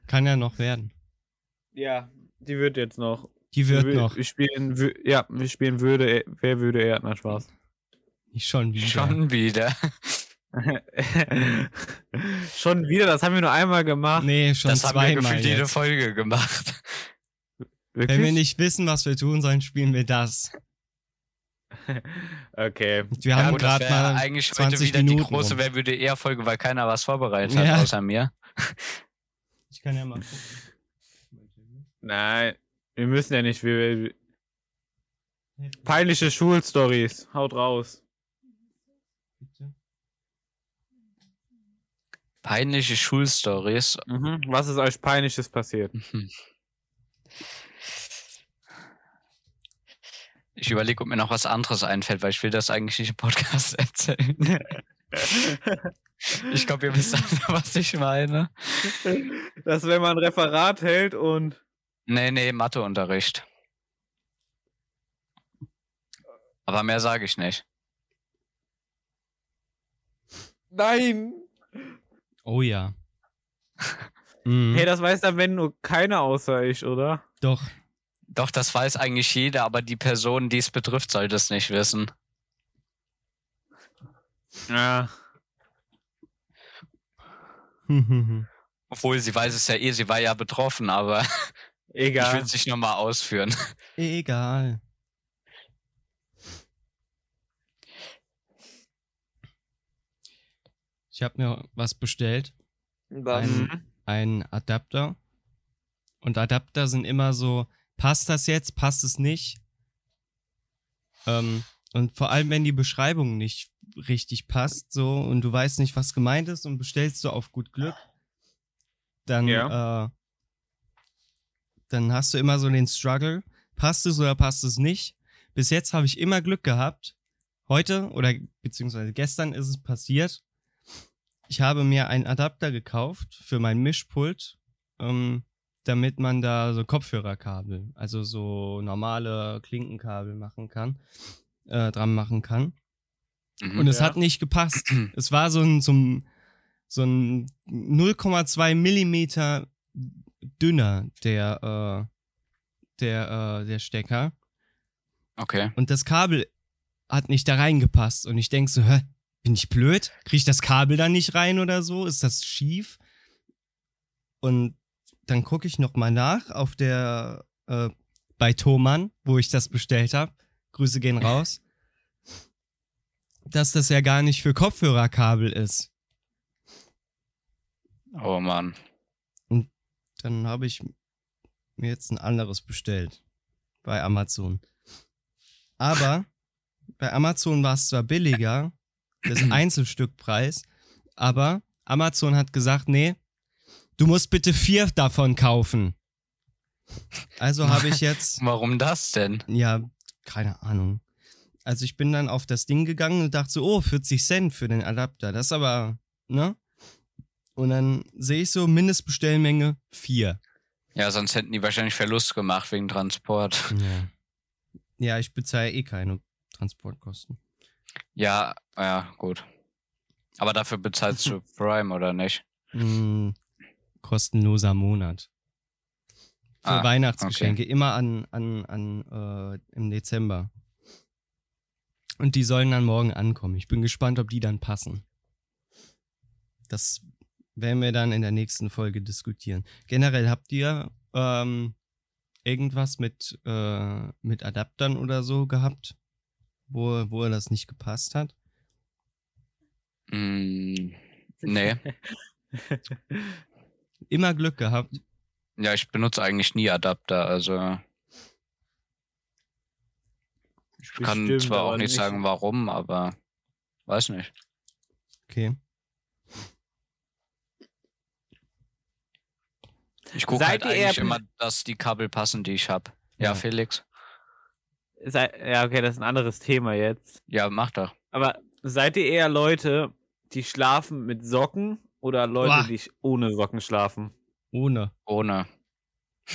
[SPEAKER 2] Kann ja noch werden.
[SPEAKER 4] ja, die wird jetzt noch.
[SPEAKER 2] Die wird
[SPEAKER 4] wir,
[SPEAKER 2] noch.
[SPEAKER 4] Wir spielen, wü- ja, wir spielen würde, wer würde er, na Spaß.
[SPEAKER 2] Nicht schon wieder.
[SPEAKER 3] Schon wieder.
[SPEAKER 4] Schon wieder, das haben wir nur einmal gemacht.
[SPEAKER 2] Nee, schon
[SPEAKER 3] das haben wir
[SPEAKER 2] zweimal.
[SPEAKER 3] gefühlt jede
[SPEAKER 2] jetzt.
[SPEAKER 3] Folge gemacht.
[SPEAKER 4] Wirklich?
[SPEAKER 2] Wenn wir nicht wissen, was wir tun sollen, spielen wir das.
[SPEAKER 4] Okay.
[SPEAKER 2] Und Wir
[SPEAKER 3] Ja,
[SPEAKER 2] haben
[SPEAKER 3] gut, das
[SPEAKER 2] gerade
[SPEAKER 3] wär
[SPEAKER 2] mal
[SPEAKER 3] eigentlich heute
[SPEAKER 2] 20
[SPEAKER 3] wieder die
[SPEAKER 2] Minuten
[SPEAKER 3] große
[SPEAKER 2] rum.
[SPEAKER 3] Wer würde eher Folge, weil keiner was vorbereitet hat,
[SPEAKER 2] Ja.
[SPEAKER 3] außer mir.
[SPEAKER 2] Ich kann ja mal
[SPEAKER 4] Nein, wir müssen ja nicht. Wir, wir, peinliche Schulstories. Haut raus.
[SPEAKER 3] Peinliche Schulstories.
[SPEAKER 4] Was ist euch peinliches passiert?
[SPEAKER 3] Ich überlege, ob mir noch was anderes einfällt, weil ich will das eigentlich nicht im Podcast erzählen. Ich glaube, ihr wisst alle, was ich meine.
[SPEAKER 4] Dass wenn man ein Referat hält und
[SPEAKER 3] Nee, nee, Matheunterricht. Aber mehr sage ich nicht.
[SPEAKER 4] nein.
[SPEAKER 2] Oh ja. Mhm.
[SPEAKER 4] Hey, das weiß dann wenn nur keiner außer ich, oder?
[SPEAKER 2] Doch.
[SPEAKER 3] Doch, das weiß eigentlich jeder, aber die Person, die es betrifft, sollte es nicht wissen.
[SPEAKER 4] Ja.
[SPEAKER 3] Obwohl, sie weiß es ja eh, sie war ja betroffen, aber ich will
[SPEAKER 4] Egal.
[SPEAKER 3] es nicht nochmal ausführen.
[SPEAKER 2] Egal. Ich habe mir was bestellt.
[SPEAKER 1] Was?
[SPEAKER 2] Ähm,
[SPEAKER 4] Mhm.
[SPEAKER 2] Ein Adapter. Und Adapter sind immer so, passt das jetzt, passt es nicht? Ähm, und vor allem, wenn die Beschreibung nicht richtig passt, so, und du weißt nicht, was gemeint ist und bestellst du auf gut Glück, dann, äh, dann hast du immer so den Struggle, passt es oder passt es nicht? Bis jetzt habe ich immer Glück gehabt. Heute oder beziehungsweise gestern ist es passiert. Ich habe mir einen Adapter gekauft für mein Mischpult, ähm, damit man da so Kopfhörerkabel, also so normale Klinkenkabel machen kann, äh, dran machen kann.
[SPEAKER 3] Mhm.
[SPEAKER 2] Und es
[SPEAKER 4] Ja.
[SPEAKER 2] hat nicht gepasst. es war so ein, so ein, so ein 0,2 Millimeter dünner, der, äh, der, äh, der Stecker.
[SPEAKER 3] Okay.
[SPEAKER 2] Und das Kabel hat nicht da reingepasst. Und ich denke so, hä, bin ich blöd? Kriege ich das Kabel da nicht rein oder so? Ist das schief? Und dann gucke ich nochmal nach auf der, äh, bei Thomann, wo ich das bestellt habe. Grüße gehen raus. Dass das ja gar nicht für Kopfhörerkabel ist.
[SPEAKER 3] Oh Mann.
[SPEAKER 2] Dann habe ich mir jetzt ein anderes bestellt. bei Amazon. Aber bei Amazon war es zwar billiger, das Einzelstückpreis, aber Amazon hat gesagt, nee, du musst bitte vier davon kaufen. Also habe ich jetzt,
[SPEAKER 3] Warum das denn?
[SPEAKER 2] ja, keine Ahnung. Also ich bin dann auf das Ding gegangen und dachte so, oh, 40 Cent für den Adapter, das ist aber, ne? Und dann sehe ich so Mindestbestellmenge vier.
[SPEAKER 3] Ja, sonst hätten die wahrscheinlich Verlust gemacht wegen Transport.
[SPEAKER 2] Ja. Ja, ich bezahle eh keine Transportkosten.
[SPEAKER 3] Ja, ja, gut. Aber dafür bezahlst du Prime, oder nicht?
[SPEAKER 2] Mm, kostenloser Monat. Für
[SPEAKER 3] Ah,
[SPEAKER 2] Weihnachtsgeschenke, immer an, an, an äh, im Dezember. Und die sollen dann morgen ankommen. Ich bin gespannt, ob die dann passen. Das werden wir dann in der nächsten Folge diskutieren. Generell habt ihr ähm, irgendwas mit, äh, mit Adaptern oder so gehabt, wo, wo das nicht gepasst hat?
[SPEAKER 3] Mm, nee.
[SPEAKER 2] Immer Glück gehabt.
[SPEAKER 3] Ja, ich benutze eigentlich nie Adapter, also ich kann
[SPEAKER 4] Bestimmt,
[SPEAKER 3] zwar auch
[SPEAKER 4] aber
[SPEAKER 3] nicht, sagen, warum, aber weiß nicht.
[SPEAKER 2] Okay.
[SPEAKER 3] Ich gucke
[SPEAKER 4] Seid
[SPEAKER 3] halt
[SPEAKER 4] ihr eher
[SPEAKER 3] eigentlich
[SPEAKER 4] bl-
[SPEAKER 3] immer, dass die Kabel passen, die ich habe. Ja,
[SPEAKER 2] Ja.
[SPEAKER 3] Felix.
[SPEAKER 4] Sei, ja, okay, das ist ein anderes Thema jetzt.
[SPEAKER 3] Ja, mach doch.
[SPEAKER 4] Aber seid ihr eher Leute, die schlafen mit Socken oder Leute,
[SPEAKER 2] Boah.
[SPEAKER 4] die sch- ohne Socken schlafen?
[SPEAKER 2] Ohne.
[SPEAKER 3] Ohne.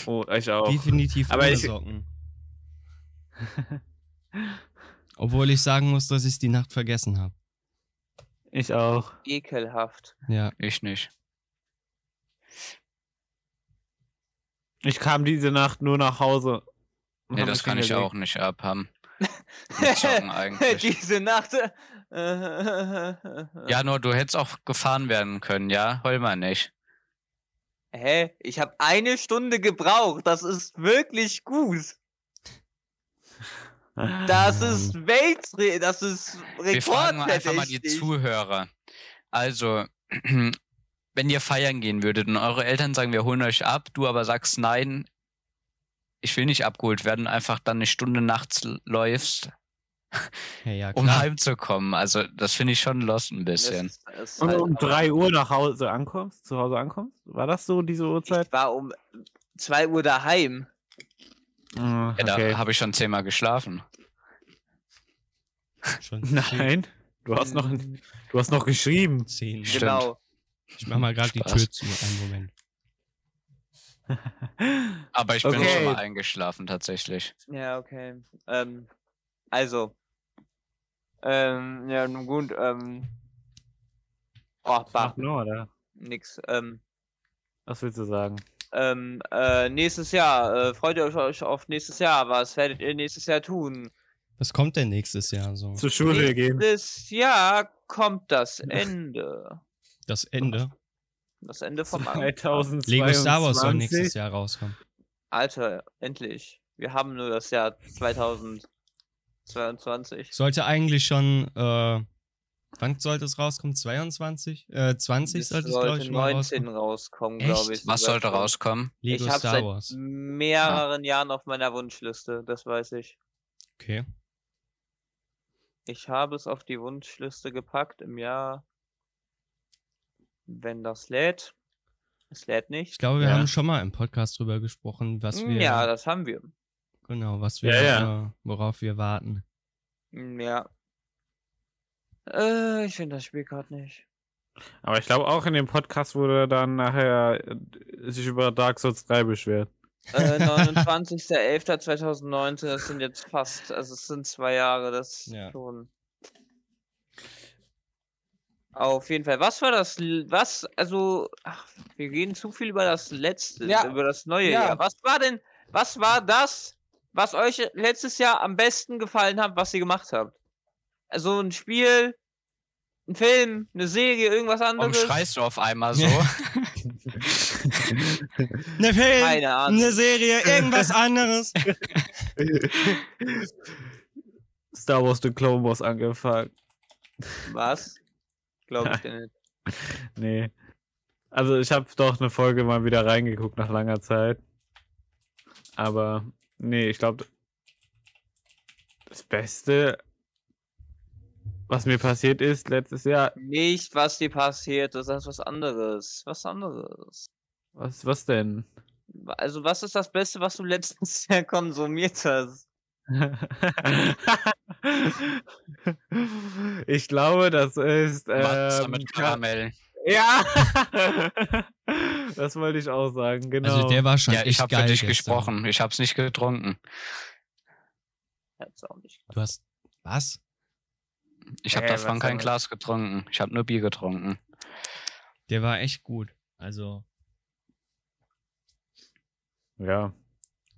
[SPEAKER 4] Oh, ich auch.
[SPEAKER 2] Definitiv
[SPEAKER 4] Aber
[SPEAKER 2] ohne
[SPEAKER 4] ich-
[SPEAKER 2] Socken. Obwohl ich sagen muss, dass ich die Nacht vergessen habe.
[SPEAKER 4] Ich auch.
[SPEAKER 1] Ekelhaft.
[SPEAKER 2] Ja.
[SPEAKER 3] Ich nicht.
[SPEAKER 4] Ich kam diese Nacht nur nach Hause. und
[SPEAKER 3] Nee,
[SPEAKER 4] hab
[SPEAKER 3] das
[SPEAKER 4] mich
[SPEAKER 3] kann ich
[SPEAKER 4] hingelegt.
[SPEAKER 3] auch nicht abhaben. Mit Zocken eigentlich.
[SPEAKER 1] Diese Nacht. äh,
[SPEAKER 3] Ja, nur du hättest auch gefahren werden können, ja? Heul mal nicht.
[SPEAKER 1] Hä? Ich habe eine Stunde gebraucht. Das ist wirklich gut. Das
[SPEAKER 2] Ähm.
[SPEAKER 1] ist Weltre das ist
[SPEAKER 3] Wir fragen mal einfach mal die
[SPEAKER 1] rekordverdächtig.
[SPEAKER 3] Zuhörer. Also, wenn ihr feiern gehen würdet und eure Eltern sagen, wir holen euch ab, du aber sagst nein, ich will nicht abgeholt werden, einfach dann eine Stunde nachts l- läufst,
[SPEAKER 2] Hey, ja,
[SPEAKER 3] um
[SPEAKER 2] klar.
[SPEAKER 3] heimzukommen. Also, das finde ich schon lost ein
[SPEAKER 1] Das
[SPEAKER 3] bisschen.
[SPEAKER 1] ist- das ist
[SPEAKER 4] Und
[SPEAKER 1] halt
[SPEAKER 4] um
[SPEAKER 1] aber-
[SPEAKER 4] 3 Uhr nach Hause ankommst, zu Hause ankommst? War das so, diese Uhrzeit?
[SPEAKER 1] Ich war um 2 Uhr daheim.
[SPEAKER 4] Mm,
[SPEAKER 3] Ja, da
[SPEAKER 4] okay.
[SPEAKER 3] habe ich schon zehnmal geschlafen.
[SPEAKER 2] Schon
[SPEAKER 4] Nein. Du hast, noch, du hast noch geschrieben.
[SPEAKER 2] zehn.
[SPEAKER 3] Stimmt.
[SPEAKER 1] Genau.
[SPEAKER 2] Ich mach mal gerade die
[SPEAKER 3] Spaß.
[SPEAKER 2] Tür zu. Einen Moment.
[SPEAKER 3] Aber ich bin
[SPEAKER 4] Okay.
[SPEAKER 3] schon mal eingeschlafen tatsächlich.
[SPEAKER 1] Ja, okay. Ähm, also. Ähm, ja, nun gut. Ähm, oh, bah,
[SPEAKER 4] Ach, nur, oder?
[SPEAKER 1] nix. Ähm,
[SPEAKER 4] Was willst du sagen?
[SPEAKER 1] ähm, äh, nächstes Jahr. Äh, freut ihr euch- euch auf nächstes Jahr? Was werdet ihr nächstes Jahr tun?
[SPEAKER 2] Was kommt denn nächstes Jahr so?
[SPEAKER 4] Zur Schule gehen.
[SPEAKER 1] Nächstes Jahr kommt das Ende.
[SPEAKER 2] Das Ende.
[SPEAKER 1] Das Ende vom Abend.
[SPEAKER 4] 2022.
[SPEAKER 2] Lego Star Wars soll nächstes Jahr rauskommen.
[SPEAKER 1] Alter, endlich. Wir haben nur das Jahr 2022.
[SPEAKER 2] Sollte eigentlich schon, äh, wann sollte es rauskommen? 22? Äh, 20 sollte es, glaube ich, mal
[SPEAKER 1] 19
[SPEAKER 2] rauskommen.
[SPEAKER 1] rauskommen,
[SPEAKER 2] Echt?
[SPEAKER 1] glaube ich.
[SPEAKER 3] Was
[SPEAKER 1] sogar
[SPEAKER 3] sollte
[SPEAKER 1] schon.
[SPEAKER 3] rauskommen?
[SPEAKER 2] Lego
[SPEAKER 1] ich habe
[SPEAKER 2] Star
[SPEAKER 1] seit
[SPEAKER 2] Wars.
[SPEAKER 1] mehreren Jahren auf meiner Wunschliste, das weiß ich.
[SPEAKER 2] Okay.
[SPEAKER 1] Ich habe es auf die Wunschliste gepackt im Jahr, wenn das lädt. Es lädt
[SPEAKER 2] Ich
[SPEAKER 1] nicht.
[SPEAKER 2] glaube, wir
[SPEAKER 4] Ja.
[SPEAKER 2] haben schon mal im Podcast drüber gesprochen, was wir,
[SPEAKER 1] Hm, Ja, das haben wir.
[SPEAKER 2] genau, was wir,
[SPEAKER 4] Ja, ja.
[SPEAKER 2] Äh, worauf wir warten.
[SPEAKER 1] Hm, Ja. Äh, ich finde das Spiel gerade nicht.
[SPEAKER 4] Aber ich glaube auch in dem Podcast wurde dann nachher äh, sich über Dark Souls 3 beschwert.
[SPEAKER 1] Äh, 29.11.2019, das sind jetzt fast, also es sind zwei Jahre, das
[SPEAKER 2] Ja.
[SPEAKER 1] schon. Auf jeden Fall. Was war das? l- Was? Also, ach, wir reden zu viel über das letzte,
[SPEAKER 4] Ja.
[SPEAKER 1] über das neue
[SPEAKER 4] Ja.
[SPEAKER 1] Jahr. Was war denn, was war das, was euch letztes Jahr am besten gefallen hat, was ihr gemacht habt? Also ein Spiel, ein Film, eine Serie, irgendwas
[SPEAKER 3] Warum
[SPEAKER 1] anderes?
[SPEAKER 3] schreist du auf einmal so?
[SPEAKER 2] Ne Film,
[SPEAKER 1] Keine Ahnung.
[SPEAKER 2] ne Serie, irgendwas anderes.
[SPEAKER 4] Star Wars The Clone Wars angefangen.
[SPEAKER 1] Was? Glaube ich denn nicht.
[SPEAKER 4] Nee. Also ich habe doch eine Folge mal wieder reingeguckt nach langer Zeit. Aber nee, ich glaube, Das Beste, was mir passiert ist letztes Jahr,
[SPEAKER 1] Nicht, was dir passiert ist, das ist was anderes. Was anderes.
[SPEAKER 4] was, was denn?
[SPEAKER 1] Also, was ist das Beste, was du letztes Jahr konsumiert hast?
[SPEAKER 4] ich glaube, das ist.
[SPEAKER 3] Wasser
[SPEAKER 4] ähm,
[SPEAKER 3] mit
[SPEAKER 4] Ka-
[SPEAKER 3] Karamell.
[SPEAKER 4] Ja! das wollte ich auch sagen, genau.
[SPEAKER 2] Also der war schon
[SPEAKER 3] Ja, ich
[SPEAKER 2] echt
[SPEAKER 3] habe
[SPEAKER 2] geil
[SPEAKER 3] für dich
[SPEAKER 2] gestern.
[SPEAKER 3] gesprochen. Ich habe es nicht getrunken.
[SPEAKER 1] Hat's auch nicht.
[SPEAKER 2] Du hast was?
[SPEAKER 3] Ich habe
[SPEAKER 4] Ey,
[SPEAKER 3] davon
[SPEAKER 4] was
[SPEAKER 3] kein
[SPEAKER 4] soll-
[SPEAKER 3] Glas getrunken. Ich habe nur Bier getrunken.
[SPEAKER 2] Der war echt gut. Also
[SPEAKER 4] ja.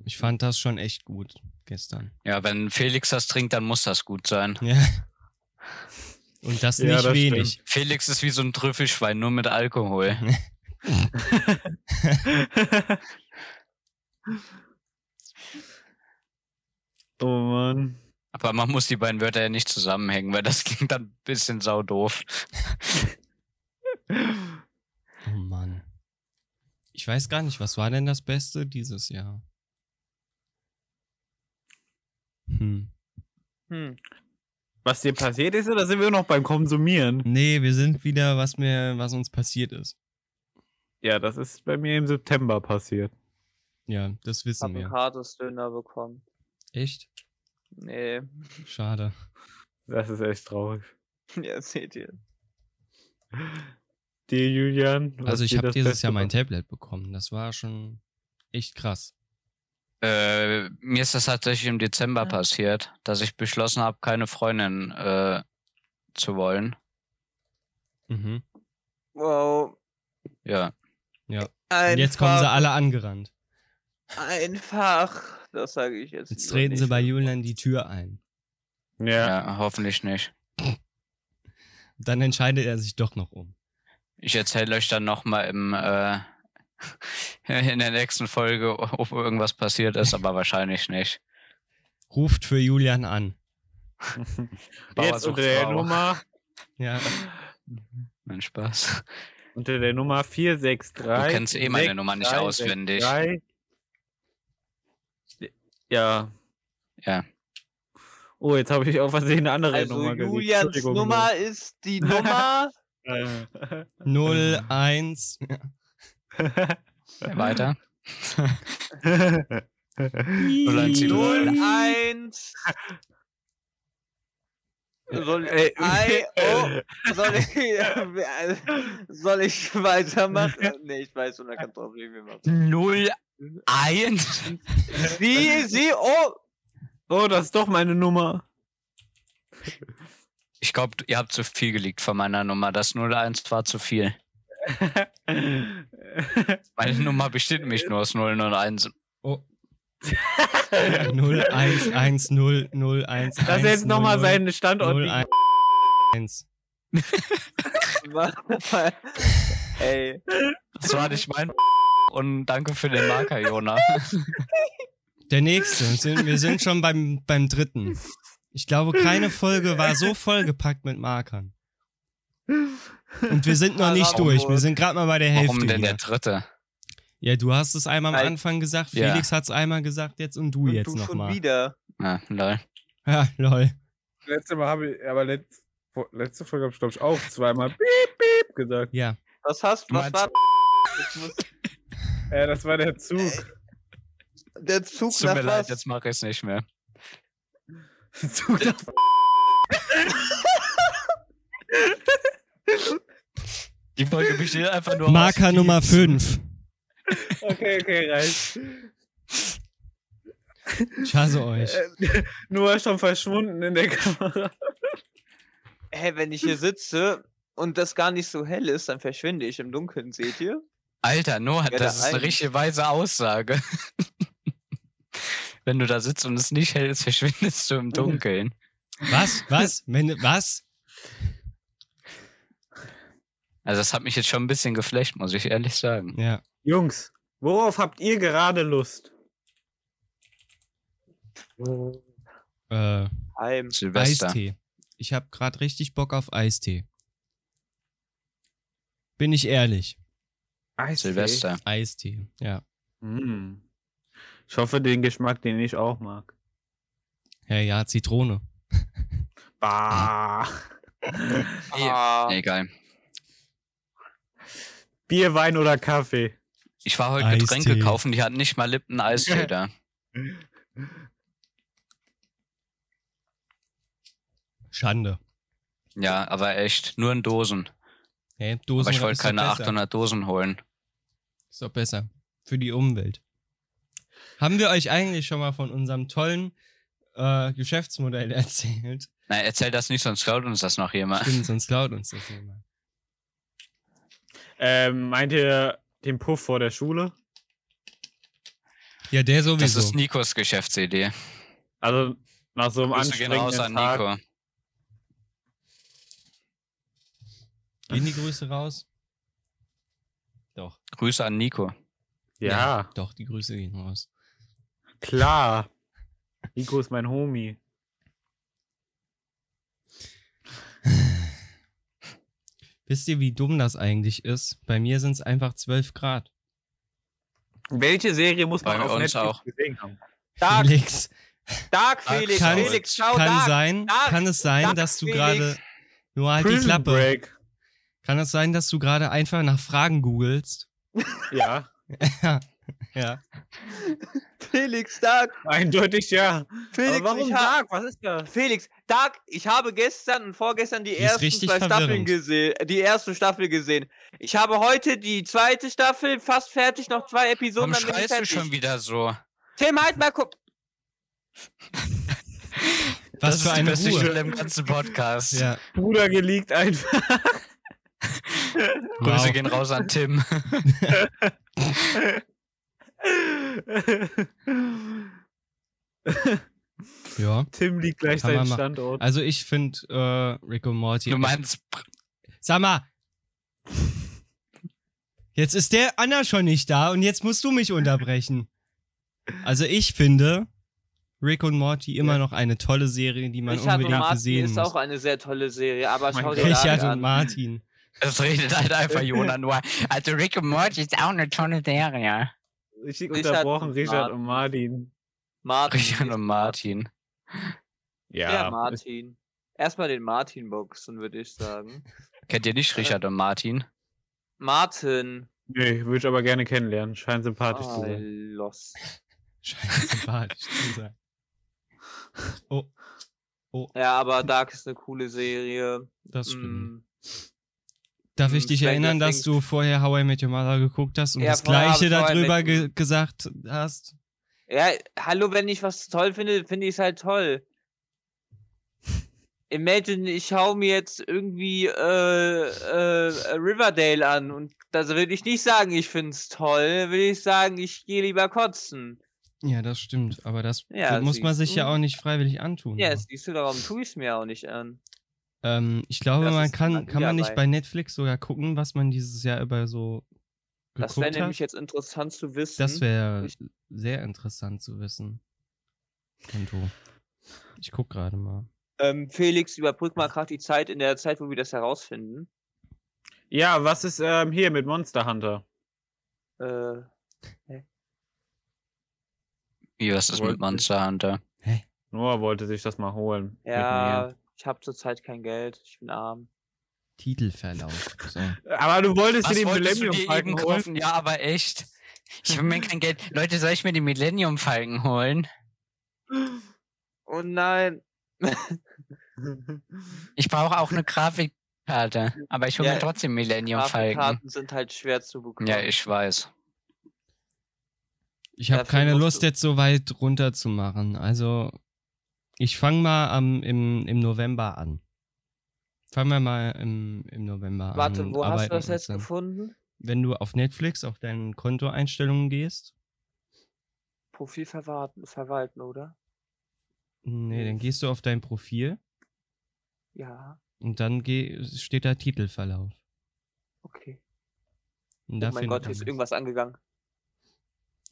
[SPEAKER 2] ich fand das schon echt gut gestern.
[SPEAKER 3] Ja, wenn Felix das trinkt, dann muss das gut sein.
[SPEAKER 2] Ja. Und das
[SPEAKER 4] Ja,
[SPEAKER 2] nicht
[SPEAKER 4] das
[SPEAKER 2] wenig.
[SPEAKER 3] Felix ist wie so ein Trüffelschwein, nur mit Alkohol.
[SPEAKER 4] oh Mann.
[SPEAKER 3] Aber man muss die beiden Wörter ja nicht zusammenhängen, weil das klingt dann ein bisschen saudoof.
[SPEAKER 2] Oh Mann. Ich weiß gar nicht, was war denn das Beste dieses Jahr? Hm.
[SPEAKER 1] Hm.
[SPEAKER 4] Was dir passiert ist, oder sind wir noch beim Konsumieren?
[SPEAKER 2] Nee, wir sind wieder, was mir, was uns passiert ist.
[SPEAKER 4] Ja, das ist bei mir im September passiert.
[SPEAKER 2] Ja, das wissen
[SPEAKER 1] Hab
[SPEAKER 2] wir.
[SPEAKER 1] einen Gratis-Döner bekommen.
[SPEAKER 2] Echt?
[SPEAKER 1] Nee,
[SPEAKER 2] Schade.
[SPEAKER 4] Das ist echt traurig.
[SPEAKER 1] ja, seht ihr.
[SPEAKER 4] Dir, Julian. was
[SPEAKER 2] Also ich
[SPEAKER 4] dir
[SPEAKER 2] habe
[SPEAKER 4] das
[SPEAKER 2] dieses
[SPEAKER 4] Beste
[SPEAKER 2] Jahr mein
[SPEAKER 4] war?
[SPEAKER 2] Tablet bekommen. Das war schon echt krass.
[SPEAKER 3] Äh, mir ist das tatsächlich im Dezember passiert, dass ich beschlossen habe, keine Freundin äh, zu wollen.
[SPEAKER 2] Mhm.
[SPEAKER 1] Wow.
[SPEAKER 3] Ja.
[SPEAKER 2] Und
[SPEAKER 1] Einfach,
[SPEAKER 2] jetzt kommen sie alle angerannt.
[SPEAKER 1] einfach. Das sage ich jetzt.
[SPEAKER 2] Jetzt
[SPEAKER 1] lieber
[SPEAKER 2] treten sie
[SPEAKER 1] nicht.
[SPEAKER 2] bei Julian die Tür ein.
[SPEAKER 4] Ja.
[SPEAKER 3] ja, hoffentlich nicht.
[SPEAKER 2] Dann entscheidet er sich doch noch um.
[SPEAKER 3] Ich erzähle euch dann nochmal im äh, in der nächsten Folge, ob irgendwas passiert ist, aber wahrscheinlich nicht.
[SPEAKER 2] Ruft für Julian an.
[SPEAKER 3] Bauer
[SPEAKER 4] Jetzt
[SPEAKER 3] sucht
[SPEAKER 4] unter der
[SPEAKER 3] Frau.
[SPEAKER 4] Nummer.
[SPEAKER 2] Ja.
[SPEAKER 3] Mein Spaß.
[SPEAKER 4] Unter der Nummer 463.
[SPEAKER 3] Du kennst eh meine Nummer nicht auswendig.
[SPEAKER 4] 63. Ja.
[SPEAKER 3] Ja.
[SPEAKER 4] Oh, jetzt habe ich auf Versehen eine andere
[SPEAKER 1] Also,
[SPEAKER 4] Nummer gelegt.
[SPEAKER 1] Julians
[SPEAKER 4] Entschuldigung.
[SPEAKER 1] Nummer ist die Nummer.
[SPEAKER 4] Äh.
[SPEAKER 2] 0, 1.
[SPEAKER 3] Weiter.
[SPEAKER 1] 01. Soll,
[SPEAKER 4] Ey.
[SPEAKER 1] ei, oh, soll, ich, soll ich weitermachen? Nee, ich weiß, und dann kannst du auch nicht mehr machen.
[SPEAKER 3] 01.
[SPEAKER 1] Sie, sie, oh!
[SPEAKER 4] oh, das ist doch meine Nummer.
[SPEAKER 3] Ich glaube, ihr habt zu viel gelegt von meiner Nummer. Das 01 war zu viel. Meine Nummer besteht nämlich nur aus 0 und 1.
[SPEAKER 2] Oh. 0, 1, 1, 0, 0, 1, 1.
[SPEAKER 4] Das ist jetzt nochmal sein Standort.
[SPEAKER 2] 0, 1.
[SPEAKER 1] Warte mal. Ey,
[SPEAKER 3] Das war nicht mein. Und danke für den Marker, Jona.
[SPEAKER 2] Der nächste. Sind- Wir sind schon beim, beim dritten. Ich glaube, keine Folge war so vollgepackt mit Markern. Und wir sind noch nicht durch. Wir sind gerade mal bei der Hälfte.
[SPEAKER 3] Warum denn
[SPEAKER 2] hier.
[SPEAKER 3] der dritte?
[SPEAKER 2] Ja, du hast es einmal am
[SPEAKER 1] Weil-
[SPEAKER 2] Anfang gesagt,
[SPEAKER 3] Ja.
[SPEAKER 2] Felix hat's einmal gesagt, jetzt und du
[SPEAKER 1] und
[SPEAKER 2] Uh, jetzt
[SPEAKER 1] du schon
[SPEAKER 2] nochmal.
[SPEAKER 1] wieder.
[SPEAKER 3] Ja, Ah, lol.
[SPEAKER 2] Ja, lol.
[SPEAKER 4] Letzte Mal habe ich, aber letzt, vor- letzte Folge habe ich, glaube ich, auch zweimal piep, piep gesagt.
[SPEAKER 2] Ja.
[SPEAKER 1] Was hast
[SPEAKER 3] Du
[SPEAKER 1] du? Was war?
[SPEAKER 3] meinst-
[SPEAKER 1] Ich muss-
[SPEAKER 4] Äh, das war der Zug.
[SPEAKER 1] Der Zug
[SPEAKER 3] Tut mir
[SPEAKER 1] nach
[SPEAKER 3] leid,
[SPEAKER 1] was?
[SPEAKER 3] jetzt mache ich es nicht mehr.
[SPEAKER 4] Zug nach
[SPEAKER 3] Die Folge besteht einfach nur
[SPEAKER 2] Marker
[SPEAKER 3] aus
[SPEAKER 2] Nummer
[SPEAKER 3] Pieps.
[SPEAKER 2] 5.
[SPEAKER 4] Okay, okay, reicht.
[SPEAKER 2] Ich hasse euch.
[SPEAKER 4] Äh, Noah ist schon verschwunden in der Kamera.
[SPEAKER 1] Hey, wenn ich hier sitze und das gar nicht so hell ist, dann verschwinde ich im Dunkeln, seht ihr?
[SPEAKER 3] Alter, Noah,
[SPEAKER 1] Ja,
[SPEAKER 3] das
[SPEAKER 1] der
[SPEAKER 3] ist eine
[SPEAKER 1] eine.
[SPEAKER 3] richtige weise Aussage. Wenn du da sitzt und es nicht hell ist, verschwindest du im Dunkeln.
[SPEAKER 2] Was? Was? Wenn, was?
[SPEAKER 3] Also das hat mich jetzt schon ein bisschen geflecht, muss ich ehrlich sagen.
[SPEAKER 2] Ja.
[SPEAKER 4] Jungs, worauf habt ihr gerade Lust?
[SPEAKER 2] Äh,
[SPEAKER 1] Heim.
[SPEAKER 3] Silvester.
[SPEAKER 2] Eistee. Ich habe gerade richtig Bock auf Eistee. Bin ich ehrlich.
[SPEAKER 3] Silvester.
[SPEAKER 2] Eistee, ja.
[SPEAKER 4] Hm. Mm. Ich hoffe, den Geschmack, den ich auch mag.
[SPEAKER 2] Ja, ja, Zitrone.
[SPEAKER 4] Bah.
[SPEAKER 1] Ah,
[SPEAKER 3] Egal.
[SPEAKER 4] Bier, Wein oder Kaffee?
[SPEAKER 3] Ich war heute
[SPEAKER 2] Eistee.
[SPEAKER 3] Getränke kaufen, die hatten nicht mal Lippen Eistee da.
[SPEAKER 2] Schande.
[SPEAKER 3] Ja, aber echt, nur in Dosen.
[SPEAKER 2] Hä?
[SPEAKER 3] Aber
[SPEAKER 2] Dosen
[SPEAKER 3] ich wollte
[SPEAKER 2] ist doch
[SPEAKER 3] keine
[SPEAKER 2] besser.
[SPEAKER 3] 800 Dosen holen.
[SPEAKER 2] Ist doch besser. Für die Umwelt. Haben wir euch eigentlich schon mal von unserem tollen äh, Geschäftsmodell erzählt?
[SPEAKER 3] Na, erzähl das nicht, sonst klaut uns das noch jemand.
[SPEAKER 2] Stimmt, sonst klaut uns das jemand.
[SPEAKER 4] Ähm, meint ihr den Puff vor der Schule?
[SPEAKER 2] Ja, der sowieso.
[SPEAKER 3] Das ist Nikos Geschäftsidee.
[SPEAKER 4] Also nach so einem
[SPEAKER 3] Grüße gehen
[SPEAKER 4] anstrengenden
[SPEAKER 3] raus an
[SPEAKER 4] Tag.
[SPEAKER 3] Nico.
[SPEAKER 2] Gehen die Grüße raus? Doch.
[SPEAKER 3] Grüße an Nico.
[SPEAKER 4] Ja,
[SPEAKER 2] Doch, die Grüße gehen raus.
[SPEAKER 4] klar. Nico ist mein Homie.
[SPEAKER 2] Wisst ihr, wie dumm das eigentlich ist? Bei mir sind es einfach 12 Grad.
[SPEAKER 4] Welche Serie muss man
[SPEAKER 3] Bei
[SPEAKER 4] auf
[SPEAKER 3] uns
[SPEAKER 4] Netflix
[SPEAKER 3] auch.
[SPEAKER 4] gesehen haben?
[SPEAKER 1] Dark,
[SPEAKER 2] Felix,
[SPEAKER 3] genau
[SPEAKER 1] Dark Felix,
[SPEAKER 2] Kann-
[SPEAKER 1] Felix, schau
[SPEAKER 2] kann
[SPEAKER 1] Dark.
[SPEAKER 2] sein,
[SPEAKER 1] Dark,
[SPEAKER 2] kann es sein,
[SPEAKER 1] Dark,
[SPEAKER 2] dass du
[SPEAKER 1] Felix.
[SPEAKER 2] gerade nur halt die
[SPEAKER 4] Prison
[SPEAKER 2] Klappe.
[SPEAKER 4] Break.
[SPEAKER 2] Kann es sein, dass du gerade einfach nach Fragen googelst?
[SPEAKER 4] Ja,
[SPEAKER 2] Ja.
[SPEAKER 1] Felix, Dark,
[SPEAKER 4] eindeutig ja.
[SPEAKER 1] Felix,
[SPEAKER 4] Aber warum
[SPEAKER 1] ich hab,
[SPEAKER 4] Dark? Was ist das?
[SPEAKER 1] Felix, Dark, ich habe gestern und vorgestern die,
[SPEAKER 2] ist
[SPEAKER 1] ersten
[SPEAKER 2] richtig
[SPEAKER 1] zwei Staffeln
[SPEAKER 2] verwirrend.
[SPEAKER 1] gesehen, die erste Staffel gesehen. Ich habe heute die zweite Staffel fast fertig, noch zwei Episoden,
[SPEAKER 3] Warum
[SPEAKER 1] dann bin ich
[SPEAKER 3] schreist du
[SPEAKER 1] fertig.
[SPEAKER 3] schon wieder so?
[SPEAKER 1] Tim, halt mal guck.
[SPEAKER 3] das
[SPEAKER 2] Was für
[SPEAKER 3] ist die
[SPEAKER 2] eine
[SPEAKER 3] beste
[SPEAKER 2] Ruhe.
[SPEAKER 3] Stelle im ganzen Podcast.
[SPEAKER 2] Ja.
[SPEAKER 4] Bruder geleakt einfach.
[SPEAKER 3] Grüße
[SPEAKER 2] Wow.
[SPEAKER 3] gehen raus an Tim.
[SPEAKER 2] ja.
[SPEAKER 4] Tim liegt gleich
[SPEAKER 2] Kann man
[SPEAKER 4] seinen
[SPEAKER 2] machen.
[SPEAKER 4] Standort.
[SPEAKER 2] Also ich finde äh, Rick und Morty.
[SPEAKER 3] Du meinst,
[SPEAKER 2] Sag mal. Jetzt ist der Anna schon nicht da und jetzt musst du mich unterbrechen. Also ich finde Rick und Morty immer noch eine tolle Serie, die man
[SPEAKER 1] Richard und
[SPEAKER 2] unbedingt
[SPEAKER 1] Martin
[SPEAKER 2] sehen
[SPEAKER 1] ist
[SPEAKER 2] muss.
[SPEAKER 1] auch eine sehr tolle Serie, aber
[SPEAKER 4] Mein
[SPEAKER 1] schau
[SPEAKER 4] Gott.
[SPEAKER 1] dir Dark
[SPEAKER 2] Richard und
[SPEAKER 1] an.
[SPEAKER 2] Martin.
[SPEAKER 3] es redet halt einfach Jona nur. Also Rick und Morty ist auch eine tolle Serie.
[SPEAKER 4] Richtig
[SPEAKER 1] Richard
[SPEAKER 4] unterbrochen,
[SPEAKER 1] und
[SPEAKER 4] Richard und Martin.
[SPEAKER 1] Martin.
[SPEAKER 3] Richard und Martin.
[SPEAKER 1] Ja, Martin. Erstmal den Martin boxen, würde ich sagen.
[SPEAKER 3] Kennt ihr nicht Richard und Martin?
[SPEAKER 1] Martin.
[SPEAKER 4] Nee, würde ich aber gerne kennenlernen. Scheint sympathisch zu
[SPEAKER 1] Ah,
[SPEAKER 4] sein.
[SPEAKER 1] los.
[SPEAKER 2] Scheiße, sympathisch zu sein. Oh,
[SPEAKER 1] Ja, aber Dark ist eine coole Serie.
[SPEAKER 2] das
[SPEAKER 1] Mm.
[SPEAKER 2] stimmt. Darf
[SPEAKER 1] mm,
[SPEAKER 2] ich dich
[SPEAKER 1] Stranger
[SPEAKER 2] erinnern, dass
[SPEAKER 1] Things.
[SPEAKER 2] du vorher How I Met Your Mother geguckt hast und
[SPEAKER 1] Ja,
[SPEAKER 2] das
[SPEAKER 1] vorher hab
[SPEAKER 2] Gleiche
[SPEAKER 1] ich How I
[SPEAKER 2] darüber
[SPEAKER 1] Met-
[SPEAKER 2] ge gesagt hast?
[SPEAKER 1] Ja, hallo, wenn ich was toll finde, finde ich es halt toll. Imagine, ich hau mir jetzt irgendwie äh, äh, Riverdale an und da will ich nicht sagen, ich find's toll, will ich sagen, ich gehe lieber kotzen.
[SPEAKER 2] Ja, das stimmt. Aber das
[SPEAKER 1] Ja,
[SPEAKER 2] muss man
[SPEAKER 1] siehst
[SPEAKER 2] sich ja
[SPEAKER 1] du.
[SPEAKER 2] auch nicht freiwillig antun.
[SPEAKER 1] Ja, siehst du, darum tue ich's mir auch nicht an.
[SPEAKER 2] Ähm, ich glaube,
[SPEAKER 1] Das
[SPEAKER 2] man
[SPEAKER 1] ist
[SPEAKER 2] kann,
[SPEAKER 1] dann
[SPEAKER 2] kann
[SPEAKER 1] wieder
[SPEAKER 2] man nicht
[SPEAKER 1] bei-
[SPEAKER 2] bei Netflix sogar gucken, was man dieses Jahr über so
[SPEAKER 1] Das wäre
[SPEAKER 2] geguckt
[SPEAKER 1] nämlich
[SPEAKER 2] hat.
[SPEAKER 1] jetzt interessant zu wissen.
[SPEAKER 2] Das wäre
[SPEAKER 1] Ich-
[SPEAKER 2] sehr interessant zu wissen. Konto. Ich guck gerade mal.
[SPEAKER 1] ähm, Felix, überbrück mal gerade die Zeit in der Zeit, wo wir das herausfinden.
[SPEAKER 4] Ja, was ist ähm, hier mit Monster Hunter?
[SPEAKER 1] Äh,
[SPEAKER 3] Wie, was ist mit
[SPEAKER 4] Wollte.
[SPEAKER 3] Monster Hunter?
[SPEAKER 4] Noah wollte sich das mal holen. mit
[SPEAKER 1] ja, ich habe zurzeit kein Geld, ich bin arm.
[SPEAKER 2] Titelverlauf. So.
[SPEAKER 4] mir. Aber du wolltest
[SPEAKER 3] Was
[SPEAKER 4] dir den
[SPEAKER 3] wolltest du
[SPEAKER 4] Millennium
[SPEAKER 3] dir eben
[SPEAKER 4] Falcon holen.
[SPEAKER 3] kaufen? Ja, aber echt. Ich habe mir kein Geld. Leute, soll ich mir den Millennium Falcon holen?
[SPEAKER 1] Oh nein.
[SPEAKER 3] Ich brauche auch eine Grafikkarte. Aber ich hole
[SPEAKER 1] Ja,
[SPEAKER 3] mir trotzdem Millennium Falcon.
[SPEAKER 1] Grafikkarten sind halt schwer zu bekommen.
[SPEAKER 3] Ja, ich weiß.
[SPEAKER 2] Ich habe
[SPEAKER 1] Dafür
[SPEAKER 2] keine
[SPEAKER 1] musst
[SPEAKER 2] Lust,
[SPEAKER 1] du-
[SPEAKER 2] jetzt so weit runter zu machen. Also, ich fange mal am, im, im November an. Fangen wir mal im, im November an.
[SPEAKER 1] Warte,
[SPEAKER 2] und
[SPEAKER 1] wo hast
[SPEAKER 2] arbeiten
[SPEAKER 1] du das
[SPEAKER 2] uns
[SPEAKER 1] jetzt
[SPEAKER 2] dann.
[SPEAKER 1] gefunden?
[SPEAKER 2] Wenn du auf Netflix auf deine Kontoeinstellungen gehst,
[SPEAKER 1] Profil verwarten, verwalten, oder?
[SPEAKER 2] nee,
[SPEAKER 1] Hm.
[SPEAKER 2] dann gehst du auf dein Profil
[SPEAKER 1] Ja,
[SPEAKER 2] und dann geh, steht da Titelverlauf.
[SPEAKER 1] okay.
[SPEAKER 2] Und da
[SPEAKER 1] Oh mein Gott, hier
[SPEAKER 2] findet
[SPEAKER 1] ist
[SPEAKER 2] man das.
[SPEAKER 1] irgendwas angegangen.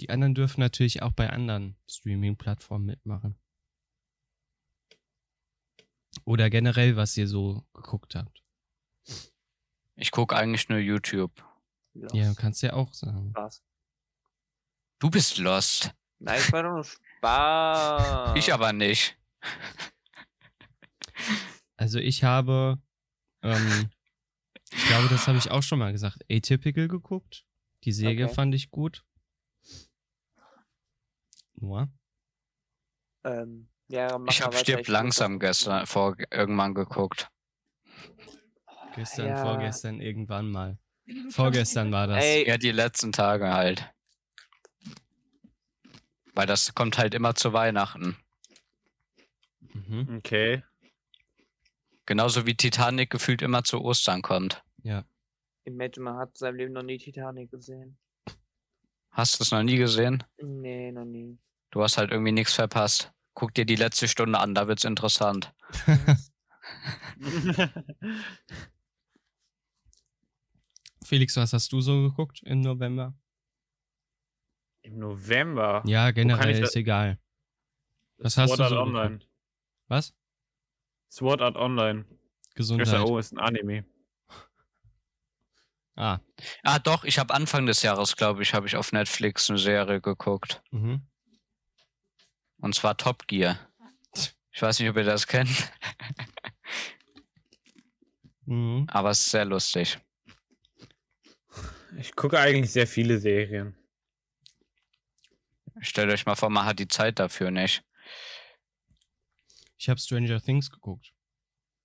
[SPEAKER 2] Die anderen dürfen natürlich auch bei anderen Streaming-Plattformen mitmachen. Oder generell, was ihr so geguckt habt.
[SPEAKER 3] Ich gucke eigentlich nur YouTube.
[SPEAKER 2] Ja,
[SPEAKER 1] Los.
[SPEAKER 2] kannst ja auch sagen.
[SPEAKER 1] Spaß.
[SPEAKER 3] Du bist lost.
[SPEAKER 1] Nein, es war doch nur Spaß.
[SPEAKER 3] Ich aber nicht.
[SPEAKER 2] Also ich habe, ähm, ich glaube, das habe ich auch schon mal gesagt, Atypical geguckt. Die Serie
[SPEAKER 1] Okay.
[SPEAKER 2] fand ich gut. Noah?
[SPEAKER 1] Ähm, ja, mach
[SPEAKER 3] Ich
[SPEAKER 1] mal
[SPEAKER 3] habe
[SPEAKER 1] weiter,
[SPEAKER 3] stirbt
[SPEAKER 1] guck
[SPEAKER 3] langsam
[SPEAKER 1] noch.
[SPEAKER 3] gestern vor irgendwann geguckt.
[SPEAKER 2] Gestern,
[SPEAKER 1] Ja.
[SPEAKER 2] vorgestern, irgendwann mal. Vorgestern war das.
[SPEAKER 1] Ey,
[SPEAKER 3] Ja, die letzten Tage halt. Weil das kommt halt immer zu Weihnachten.
[SPEAKER 2] Mhm.
[SPEAKER 4] Okay.
[SPEAKER 3] Genauso wie Titanic gefühlt immer zu Ostern kommt.
[SPEAKER 1] Imagine, man hat in seinem Leben noch nie Titanic gesehen.
[SPEAKER 3] Hast du es noch nie gesehen?
[SPEAKER 1] Nee, noch nie.
[SPEAKER 3] Du hast halt irgendwie nichts verpasst. Guck dir die letzte Stunde an, da wird's interessant.
[SPEAKER 2] Felix, was hast du so geguckt im November?
[SPEAKER 4] Im November.
[SPEAKER 2] Ja, generell
[SPEAKER 4] ich da-
[SPEAKER 2] ist egal. Was hast
[SPEAKER 4] Sword
[SPEAKER 2] du
[SPEAKER 4] Art
[SPEAKER 2] so
[SPEAKER 4] Online.
[SPEAKER 2] geguckt? Was?
[SPEAKER 4] Sword Art Online.
[SPEAKER 2] Gesundheit.
[SPEAKER 4] SAO ist ein Anime.
[SPEAKER 2] Ah,
[SPEAKER 3] Ah, doch, ich habe Anfang des Jahres, glaube ich, habe ich auf Netflix eine Serie geguckt.
[SPEAKER 2] mhm.
[SPEAKER 3] Und zwar Top Gear. Ich weiß nicht, ob ihr das kennt,
[SPEAKER 2] Mhm.
[SPEAKER 3] aber es ist sehr lustig.
[SPEAKER 4] Ich gucke eigentlich sehr viele Serien.
[SPEAKER 3] Stellt euch mal vor, man hat die Zeit dafür nicht.
[SPEAKER 2] Ich habe Stranger Things geguckt.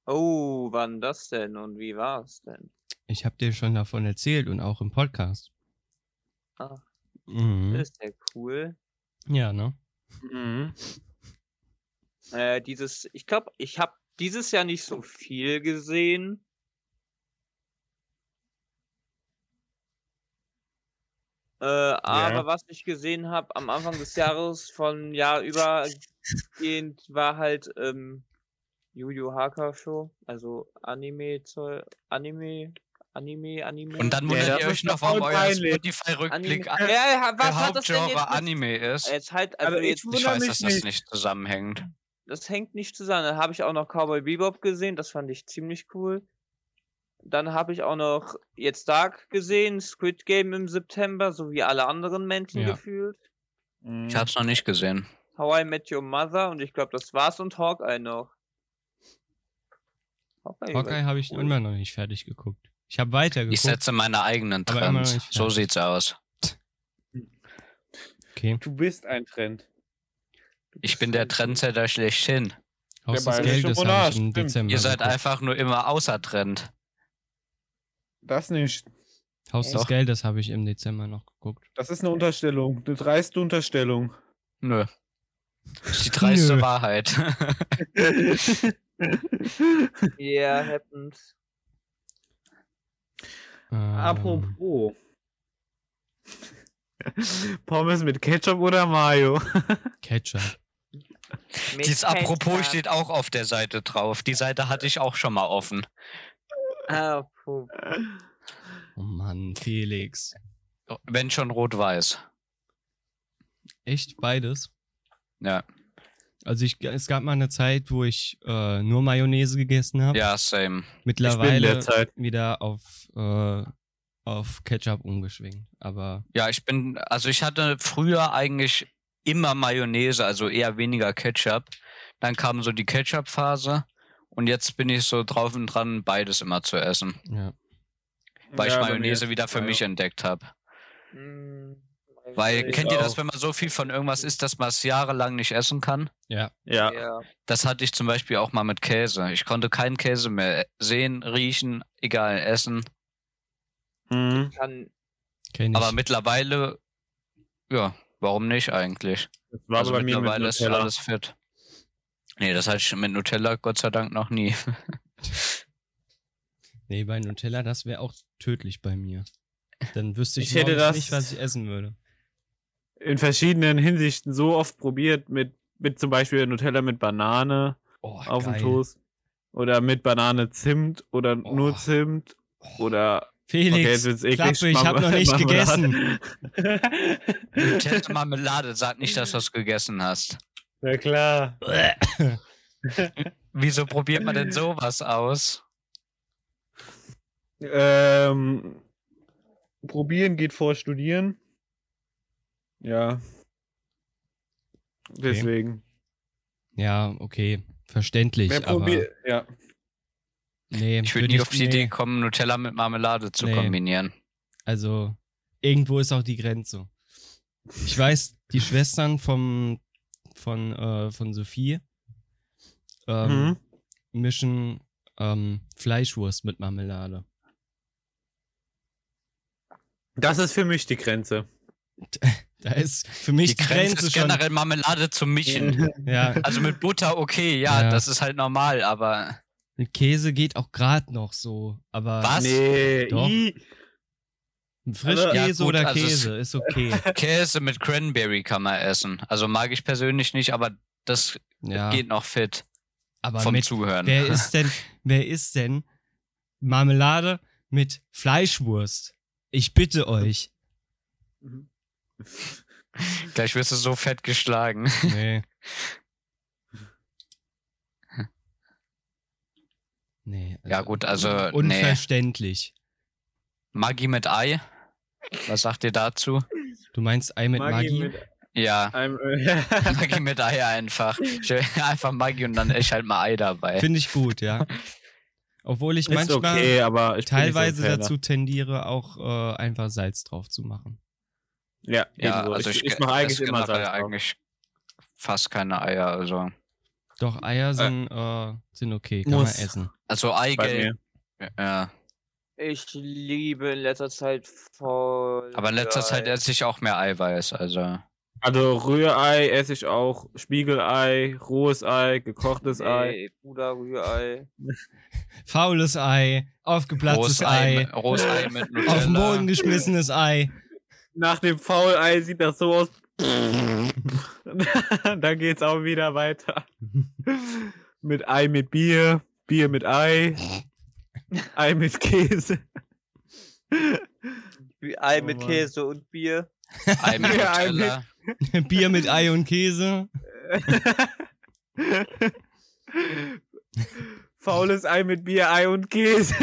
[SPEAKER 1] Oh, wann das denn und wie war's denn?
[SPEAKER 2] Ich habe dir schon davon erzählt und auch im Podcast.
[SPEAKER 1] Ah.
[SPEAKER 3] Hm?
[SPEAKER 2] Mhm.
[SPEAKER 1] Das ist ja cool.
[SPEAKER 2] Ja, ne?
[SPEAKER 4] Mhm.
[SPEAKER 1] Äh, dieses, ich glaube, ich habe dieses Jahr nicht so viel gesehen. Äh, aber was ich gesehen habe am Anfang des Jahres von Jahr übergehend war halt ähm, Yu Yu Haka Show, also Anime Zoll, Anime, Anime, Anime.
[SPEAKER 3] Und dann
[SPEAKER 4] Ja,
[SPEAKER 3] wundert
[SPEAKER 4] das
[SPEAKER 3] ihr
[SPEAKER 4] ist
[SPEAKER 3] euch
[SPEAKER 4] doch
[SPEAKER 3] noch, warum
[SPEAKER 4] voll
[SPEAKER 3] euer
[SPEAKER 4] peinlich.
[SPEAKER 1] Anime.
[SPEAKER 3] Spotify-Rückblick
[SPEAKER 1] Ja,
[SPEAKER 3] an
[SPEAKER 1] ja, was
[SPEAKER 3] der
[SPEAKER 1] hat das denn
[SPEAKER 3] Hauptgenre
[SPEAKER 1] jetzt? mit-
[SPEAKER 3] Anime ist.
[SPEAKER 1] Jetzt halt, also
[SPEAKER 4] Also ich
[SPEAKER 1] jetzt,
[SPEAKER 3] Ich
[SPEAKER 4] wundere
[SPEAKER 3] weiß,
[SPEAKER 4] mich
[SPEAKER 3] dass das
[SPEAKER 4] nicht.
[SPEAKER 3] nicht zusammenhängt.
[SPEAKER 1] das hängt nicht zusammen. Dann habe ich auch noch Cowboy Bebop gesehen, das fand ich ziemlich cool. Dann habe ich auch noch jetzt Dark gesehen, Squid Game im September, so wie alle anderen Menschen
[SPEAKER 2] Ja.
[SPEAKER 1] gefühlt.
[SPEAKER 4] Mhm.
[SPEAKER 3] Ich habe es noch nicht gesehen.
[SPEAKER 1] How I Met Your Mother und ich glaube, das war's und Hawkeye noch. Hawkeye, war
[SPEAKER 2] Hawkeye habe ich
[SPEAKER 1] cool.
[SPEAKER 2] immer noch nicht fertig geguckt. Ich habe weiter
[SPEAKER 3] Ich
[SPEAKER 2] geguckt.
[SPEAKER 3] setze meine eigenen
[SPEAKER 2] Aber immer noch
[SPEAKER 3] Trends.
[SPEAKER 2] nicht
[SPEAKER 3] So
[SPEAKER 2] fertig.
[SPEAKER 3] sieht's aus.
[SPEAKER 2] Okay,
[SPEAKER 4] Du bist ein Trend.
[SPEAKER 3] Ich bin der Trendsetter schlechthin.
[SPEAKER 2] Haus
[SPEAKER 4] Der
[SPEAKER 2] des
[SPEAKER 4] bayerische
[SPEAKER 2] Geldes habe
[SPEAKER 4] Monarch,
[SPEAKER 2] ich im
[SPEAKER 4] stimmt.
[SPEAKER 2] Dezember
[SPEAKER 3] Ihr seid
[SPEAKER 2] geguckt.
[SPEAKER 3] einfach nur immer außer Trend.
[SPEAKER 4] Das nicht.
[SPEAKER 2] Haus des
[SPEAKER 3] Doch.
[SPEAKER 2] Geldes habe ich im Dezember noch geguckt.
[SPEAKER 4] Das ist eine Unterstellung. Eine dreiste Unterstellung.
[SPEAKER 3] Nö. Ist Die dreiste
[SPEAKER 2] Nö.
[SPEAKER 3] Wahrheit.
[SPEAKER 1] Yeah, happens.
[SPEAKER 2] Ähm,
[SPEAKER 4] Apropos. Pommes mit Ketchup oder Mayo?
[SPEAKER 2] Ketchup.
[SPEAKER 1] Mit
[SPEAKER 3] Dies Apropos
[SPEAKER 1] Ketchup.
[SPEAKER 3] steht auch auf der Seite drauf. Die Seite hatte ich auch schon mal offen.
[SPEAKER 1] Apropos.
[SPEAKER 2] Oh Mann, Felix.
[SPEAKER 3] Wenn schon rot-weiß.
[SPEAKER 2] Echt beides?
[SPEAKER 3] Ja.
[SPEAKER 2] Also ich, es gab mal eine Zeit, wo ich äh, nur Mayonnaise gegessen habe.
[SPEAKER 3] Ja, same.
[SPEAKER 4] in
[SPEAKER 2] Mittlerweile
[SPEAKER 4] der Zeit.
[SPEAKER 2] wieder auf, äh, auf Ketchup umgeschwingt. Aber
[SPEAKER 3] Ja, ich bin, also ich hatte früher eigentlich immer Mayonnaise, also eher weniger Ketchup. Dann kam so die Ketchup-Phase und jetzt bin ich so drauf und dran, beides immer zu essen,
[SPEAKER 2] ja.
[SPEAKER 3] weil
[SPEAKER 4] Ja,
[SPEAKER 3] ich
[SPEAKER 4] bei mir
[SPEAKER 3] Mayonnaise wieder für
[SPEAKER 4] Mayo.
[SPEAKER 3] mich entdeckt habe.
[SPEAKER 1] Mm,
[SPEAKER 3] Weil
[SPEAKER 1] ich-
[SPEAKER 3] kennt ihr
[SPEAKER 4] auch.
[SPEAKER 3] das, wenn man so viel von irgendwas isst, dass man es jahrelang nicht essen kann?
[SPEAKER 4] Ja.
[SPEAKER 1] Ja.
[SPEAKER 3] Das hatte ich zum Beispiel auch mal mit Käse. Ich konnte keinen Käse mehr sehen, riechen, egal, essen.
[SPEAKER 4] Mhm.
[SPEAKER 1] Kann,
[SPEAKER 2] Kenn ich.
[SPEAKER 3] Aber mittlerweile, ja, warum nicht eigentlich?
[SPEAKER 4] Das war
[SPEAKER 3] also
[SPEAKER 4] bei mir mit
[SPEAKER 3] mittlerweile ist
[SPEAKER 4] Nutella.
[SPEAKER 3] alles fit. Nee, das hatte ich mit Nutella Gott sei Dank noch nie.
[SPEAKER 2] nee, bei Nutella, das wäre auch tödlich bei mir. Dann wüsste ich,
[SPEAKER 4] Ich hätte
[SPEAKER 2] morgens
[SPEAKER 4] das-
[SPEAKER 2] nicht, was ich essen würde.
[SPEAKER 4] in verschiedenen Hinsichten so oft probiert, mit, mit zum Beispiel Nutella mit Banane
[SPEAKER 2] Oh,
[SPEAKER 4] auf dem Toast oder mit Banane Zimt oder
[SPEAKER 2] Oh.
[SPEAKER 4] nur Zimt oder
[SPEAKER 2] Felix,
[SPEAKER 4] jetzt wird's eklig,
[SPEAKER 2] Klappe, ich
[SPEAKER 4] Mar-
[SPEAKER 2] habe noch nicht
[SPEAKER 4] Marmelade.
[SPEAKER 2] gegessen.
[SPEAKER 3] Nutella Marmelade, sag nicht, dass du es gegessen hast.
[SPEAKER 4] Na klar.
[SPEAKER 3] Wieso probiert man denn sowas aus?
[SPEAKER 4] Ähm, probieren geht vor Studieren. Ja. Deswegen.
[SPEAKER 2] Ja, okay, verständlich.
[SPEAKER 4] Wer
[SPEAKER 2] aber
[SPEAKER 4] probiert, ja.
[SPEAKER 2] Nee,
[SPEAKER 3] Ich würde nie
[SPEAKER 2] ich-
[SPEAKER 3] auf die
[SPEAKER 2] nee.
[SPEAKER 3] Idee kommen, Nutella mit Marmelade zu
[SPEAKER 2] Nee.
[SPEAKER 3] kombinieren.
[SPEAKER 2] Also, irgendwo ist auch die Grenze. Ich weiß, die Schwestern vom, von, äh, von Sophie ähm,
[SPEAKER 4] Mhm.
[SPEAKER 2] mischen ähm, Fleischwurst mit Marmelade.
[SPEAKER 4] Das ist für mich die Grenze.
[SPEAKER 2] Da ist für mich
[SPEAKER 3] Die Grenze, ist
[SPEAKER 2] schon.
[SPEAKER 3] generell Marmelade zum Mischen.
[SPEAKER 2] Ja,
[SPEAKER 3] Also mit Butter, okay, ja,
[SPEAKER 2] Ja.
[SPEAKER 3] das ist halt normal, aber
[SPEAKER 2] mit Käse geht auch gerade noch so. Aber
[SPEAKER 3] Was?
[SPEAKER 4] Nee,
[SPEAKER 2] Doch.
[SPEAKER 4] i.
[SPEAKER 2] ein Frischkäse
[SPEAKER 3] Ja, gut,
[SPEAKER 2] oder
[SPEAKER 3] also es-
[SPEAKER 2] Käse ist okay.
[SPEAKER 3] Käse mit Cranberry kann man essen. Also mag ich persönlich nicht, aber das
[SPEAKER 2] Ja,
[SPEAKER 3] geht noch fit
[SPEAKER 2] aber
[SPEAKER 3] vom
[SPEAKER 2] mit,
[SPEAKER 3] Zuhören.
[SPEAKER 2] wer ist denn, wer ist denn Marmelade mit Fleischwurst? Ich bitte euch.
[SPEAKER 3] Gleich wirst du so fett geschlagen.
[SPEAKER 2] Nee. Nee.
[SPEAKER 3] Ja, gut, also, nee.
[SPEAKER 2] Unverständlich.
[SPEAKER 3] Maggi mit Ei? Was sagt ihr dazu?
[SPEAKER 2] Du meinst Ei mit Maggi?
[SPEAKER 4] Maggi mit
[SPEAKER 3] Ja,
[SPEAKER 4] einem.
[SPEAKER 3] Maggi mit Ei einfach. Ich- Einfach Maggi und dann echt halt mal Ei dabei.
[SPEAKER 2] Finde ich gut, ja. Obwohl ich
[SPEAKER 4] ist
[SPEAKER 2] manchmal
[SPEAKER 4] okay, aber ich bin nicht so ein
[SPEAKER 2] teilweise
[SPEAKER 4] Fan ne?
[SPEAKER 2] dazu tendiere, auch äh, einfach Salz drauf zu machen.
[SPEAKER 4] Ja,
[SPEAKER 3] Ja,
[SPEAKER 4] ebenso.
[SPEAKER 3] also
[SPEAKER 4] ich,
[SPEAKER 3] ich,
[SPEAKER 4] ich mache eigentlich
[SPEAKER 3] esse
[SPEAKER 4] immer
[SPEAKER 3] generell
[SPEAKER 4] Salz drauf.
[SPEAKER 3] eigentlich fast keine Eier, also.
[SPEAKER 2] Doch Eier sind, äh, sind okay, kann
[SPEAKER 4] muss.
[SPEAKER 2] man essen.
[SPEAKER 3] Also
[SPEAKER 4] Bei
[SPEAKER 3] Eigelb.
[SPEAKER 4] mir.
[SPEAKER 3] Ja.
[SPEAKER 1] Ich liebe in letzter Zeit voll.
[SPEAKER 3] Aber in letzter Zeit
[SPEAKER 1] geil.
[SPEAKER 3] esse ich auch mehr Eiweiß, also.
[SPEAKER 4] Also Rührei esse ich auch, Spiegelei, rohes Ei, gekochtes Ei.
[SPEAKER 1] Ey, Bruder, Rührei.
[SPEAKER 2] Faules Ei, aufgeplatztes
[SPEAKER 3] Rosei,
[SPEAKER 2] Ei,
[SPEAKER 3] mit- Rosei mit Nutella.
[SPEAKER 2] auf den Boden geschmissenes Ei.
[SPEAKER 4] Nach dem Faulei sieht das so aus. Dann geht's auch wieder weiter. Mit Ei mit Bier, Bier mit Ei, Ei mit Käse.
[SPEAKER 1] Wie Ei
[SPEAKER 4] Oh
[SPEAKER 1] mit
[SPEAKER 4] Mann.
[SPEAKER 1] Käse und Bier.
[SPEAKER 3] Ei mit
[SPEAKER 4] Ja, Ei mit-
[SPEAKER 3] Nutella.
[SPEAKER 2] Bier mit Ei und Käse.
[SPEAKER 4] Faules Ei mit Bier, Ei und Käse.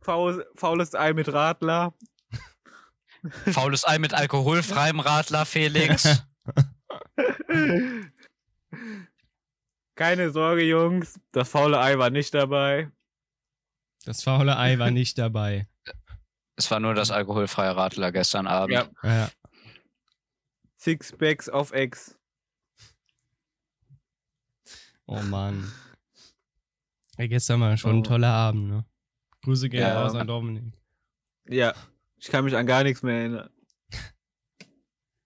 [SPEAKER 4] Faul, faules Ei mit Radler.
[SPEAKER 3] Faules Ei mit alkoholfreiem Radler, Felix.
[SPEAKER 4] Keine Sorge, Jungs. Das faule Ei war nicht dabei.
[SPEAKER 2] Das faule Ei war nicht dabei.
[SPEAKER 3] Es war nur das alkoholfreie Radler gestern Abend.
[SPEAKER 4] Ja.
[SPEAKER 2] Ja.
[SPEAKER 4] Sixpacks auf Ex.
[SPEAKER 2] Oh Mann. Ey, gestern war schon
[SPEAKER 4] Oh.
[SPEAKER 2] ein toller Abend, ne? Grüße gerne
[SPEAKER 4] Ja.
[SPEAKER 2] raus an Dominik.
[SPEAKER 4] Ja, ich kann mich an gar nichts mehr erinnern.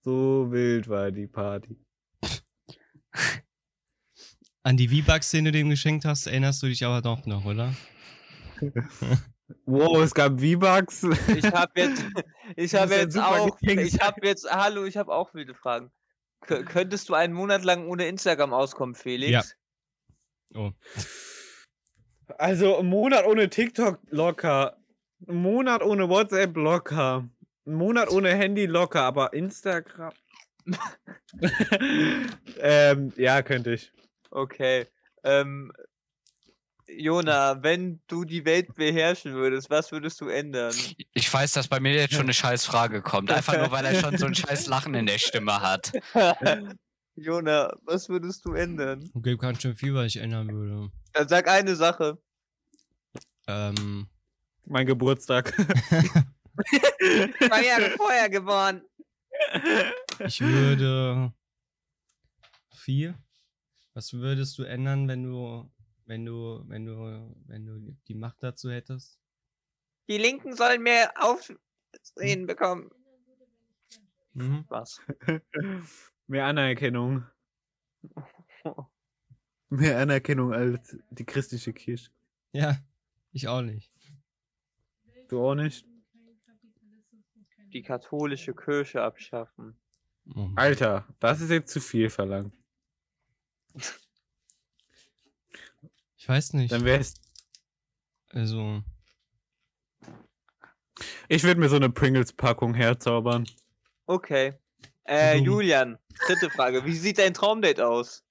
[SPEAKER 4] So wild war die Party.
[SPEAKER 2] An die V-Bucks, den du dem geschenkt hast, erinnerst du dich aber doch noch, oder?
[SPEAKER 4] Wow, es gab V-Bucks.
[SPEAKER 1] Ich habe jetzt, ich
[SPEAKER 4] Das
[SPEAKER 1] habe
[SPEAKER 4] ist ein
[SPEAKER 1] jetzt
[SPEAKER 4] super
[SPEAKER 1] auch,
[SPEAKER 4] Geschenk.
[SPEAKER 1] ich habe jetzt, hallo, ich habe auch wilde Fragen. Kö- könntest du einen Monat lang ohne Instagram auskommen, Felix?
[SPEAKER 2] Ja.
[SPEAKER 4] Also, ein Monat ohne TikTok locker. Ein Monat ohne WhatsApp locker. Ein Monat ohne Handy locker. Aber Instagram. ähm, ja, könnte ich.
[SPEAKER 1] Okay. Ähm, Jona, wenn du die Welt beherrschen würdest, was würdest du ändern?
[SPEAKER 3] Ich weiß, dass bei mir jetzt schon eine scheiß Frage kommt. Einfach nur, weil er schon so ein scheiß Lachen in der Stimme hat.
[SPEAKER 1] Jona, was würdest du ändern?
[SPEAKER 2] Okay, ganz schön viel, was ich ändern würde.
[SPEAKER 1] Dann sag eine Sache.
[SPEAKER 2] Ähm,
[SPEAKER 4] Mein Geburtstag.
[SPEAKER 1] Ich war ja vorher geboren.
[SPEAKER 2] ich würde. Viel? Was würdest du ändern, wenn du, wenn du, wenn du, wenn du die Macht dazu hättest?
[SPEAKER 1] Die Linken sollen mehr Aufsehen bekommen.
[SPEAKER 2] Mhm.
[SPEAKER 1] Was?
[SPEAKER 4] Mehr Anerkennung. Mehr Anerkennung als die christliche Kirche.
[SPEAKER 2] Ja, ich auch nicht.
[SPEAKER 4] Du auch nicht?
[SPEAKER 1] Die katholische Kirche abschaffen.
[SPEAKER 2] Oh
[SPEAKER 4] Mhm.
[SPEAKER 2] Mann.
[SPEAKER 4] Alter, das ist jetzt zu viel verlangt.
[SPEAKER 2] Ich weiß nicht.
[SPEAKER 4] Dann wär's.
[SPEAKER 2] Also,
[SPEAKER 4] Ich würde mir so eine Pringles-Packung herzaubern.
[SPEAKER 1] Okay. Äh,
[SPEAKER 2] Dumm.
[SPEAKER 1] Julian, dritte Frage. Wie sieht dein Traumdate aus?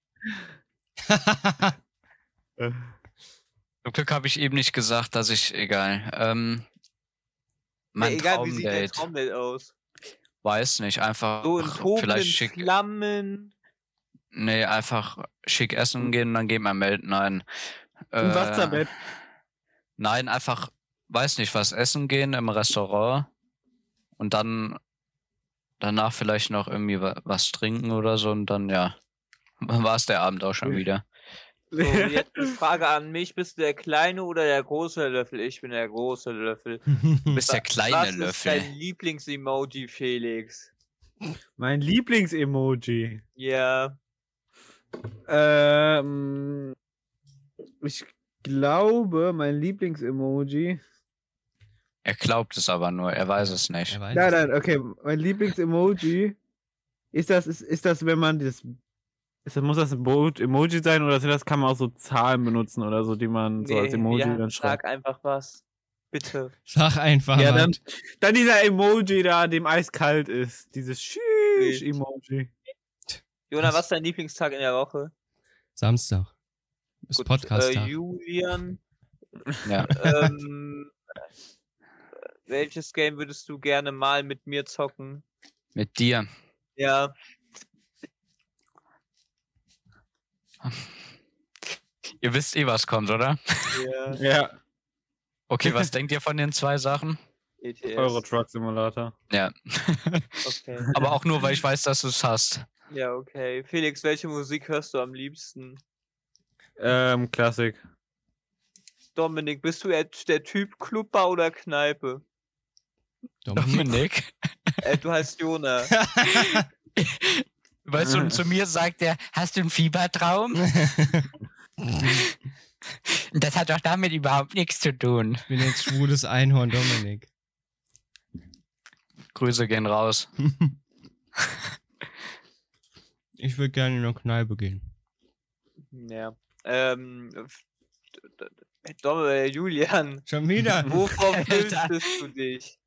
[SPEAKER 3] Zum Glück habe ich eben nicht gesagt, dass ich, egal. Ähm, mein
[SPEAKER 1] ja, egal, wie sieht dein
[SPEAKER 3] Traumdate.
[SPEAKER 1] Traumdate aus?
[SPEAKER 3] Weiß nicht, einfach
[SPEAKER 1] So in tobenden
[SPEAKER 3] vielleicht schick,
[SPEAKER 1] Flammen. Hm.
[SPEAKER 3] nee, einfach schick essen gehen und dann gehen wir melden ein.
[SPEAKER 4] Im
[SPEAKER 3] Äh,
[SPEAKER 4] Wasserbett.
[SPEAKER 3] Nein, einfach, weiß nicht, was essen gehen im Restaurant und dann danach vielleicht noch irgendwie wa- was trinken oder so und dann, ja, war es der Abend auch schon wieder.
[SPEAKER 1] So, jetzt die Frage an mich: Bist du der kleine oder der große Löffel? Ich bin der große Löffel.
[SPEAKER 3] Du bist der kleine
[SPEAKER 1] Was ist
[SPEAKER 3] Löffel.
[SPEAKER 1] dein Lieblings-Emoji, Felix?
[SPEAKER 4] Mein Lieblings-Emoji.
[SPEAKER 1] Ja.
[SPEAKER 4] Ähm, ich glaube, mein Lieblings-Emoji.
[SPEAKER 3] Er glaubt es aber nur, er weiß es nicht.
[SPEAKER 2] Er weiß
[SPEAKER 4] Nein,
[SPEAKER 2] es.
[SPEAKER 4] nein, okay. Mein Lieblings-Emoji ist das, ist, ist das, wenn man das. Ist das, muss das ein Bo- Emoji sein oder sind das, kann man auch so Zahlen benutzen oder so, die man so als
[SPEAKER 1] nee,
[SPEAKER 4] Emoji
[SPEAKER 1] ja,
[SPEAKER 4] dann schreibt?
[SPEAKER 1] Sag einfach was. Bitte.
[SPEAKER 2] Sag einfach
[SPEAKER 4] Ja,
[SPEAKER 2] mal.
[SPEAKER 4] dann, dann dieser Emoji da, dem eiskalt ist. Dieses Schüch-Emoji.
[SPEAKER 1] Jona,
[SPEAKER 2] Was?
[SPEAKER 1] was ist dein Lieblingstag in der Woche?
[SPEAKER 2] Samstag. Ist
[SPEAKER 1] Gut,
[SPEAKER 2] Podcast.
[SPEAKER 1] Äh, Julian,
[SPEAKER 3] Ja.
[SPEAKER 1] ähm, äh, welches Game würdest du gerne mal mit mir zocken?
[SPEAKER 3] Mit dir.
[SPEAKER 1] Ja,
[SPEAKER 3] Ihr wisst eh, was kommt, oder?
[SPEAKER 1] ja.
[SPEAKER 4] Ja,
[SPEAKER 3] Okay, was denkt ihr von den zwei Sachen?
[SPEAKER 1] ETS.
[SPEAKER 4] Euro Truck Simulator.
[SPEAKER 3] Ja.
[SPEAKER 1] Okay.
[SPEAKER 3] aber auch nur, weil ich weiß, dass du es hast.
[SPEAKER 1] Ja, okay. Felix, welche Musik hörst du am liebsten?
[SPEAKER 4] Ähm, Klassik.
[SPEAKER 1] Dominik, bist du eher der Typ Klubber oder Kneipe?
[SPEAKER 2] Dominik.
[SPEAKER 3] Dominik.
[SPEAKER 1] Äh, du heißt Jona.
[SPEAKER 3] Weißt du, und zu mir sagt er, hast du einen Fiebertraum? Das hat doch damit überhaupt nichts zu tun.
[SPEAKER 2] ich bin jetzt schwules Einhorn, Dominik.
[SPEAKER 3] Grüße gehen raus.
[SPEAKER 2] Ich würde gerne in eine Kneipe gehen.
[SPEAKER 1] Ja. Ähm, f- d- d- d- Dom, äh, Julian,
[SPEAKER 2] Schon wieder.
[SPEAKER 1] wovon
[SPEAKER 3] Alter.
[SPEAKER 1] fürchtest du dich?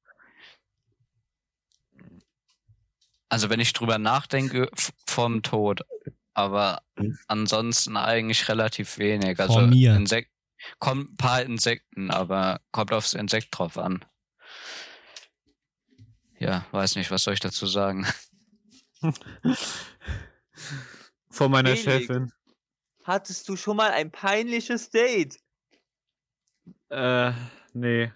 [SPEAKER 3] Also wenn ich drüber nachdenke, f- vom Tod. Aber ansonsten eigentlich relativ wenig. Also
[SPEAKER 2] Vor mir.
[SPEAKER 3] Insek kommt ein paar Insekten, aber kommt aufs Insekt drauf an. Ja, weiß nicht, was soll ich dazu sagen?
[SPEAKER 4] Von meiner
[SPEAKER 1] Felix.
[SPEAKER 4] Chefin.
[SPEAKER 1] Hattest du schon mal ein peinliches Date?
[SPEAKER 4] Äh, nee.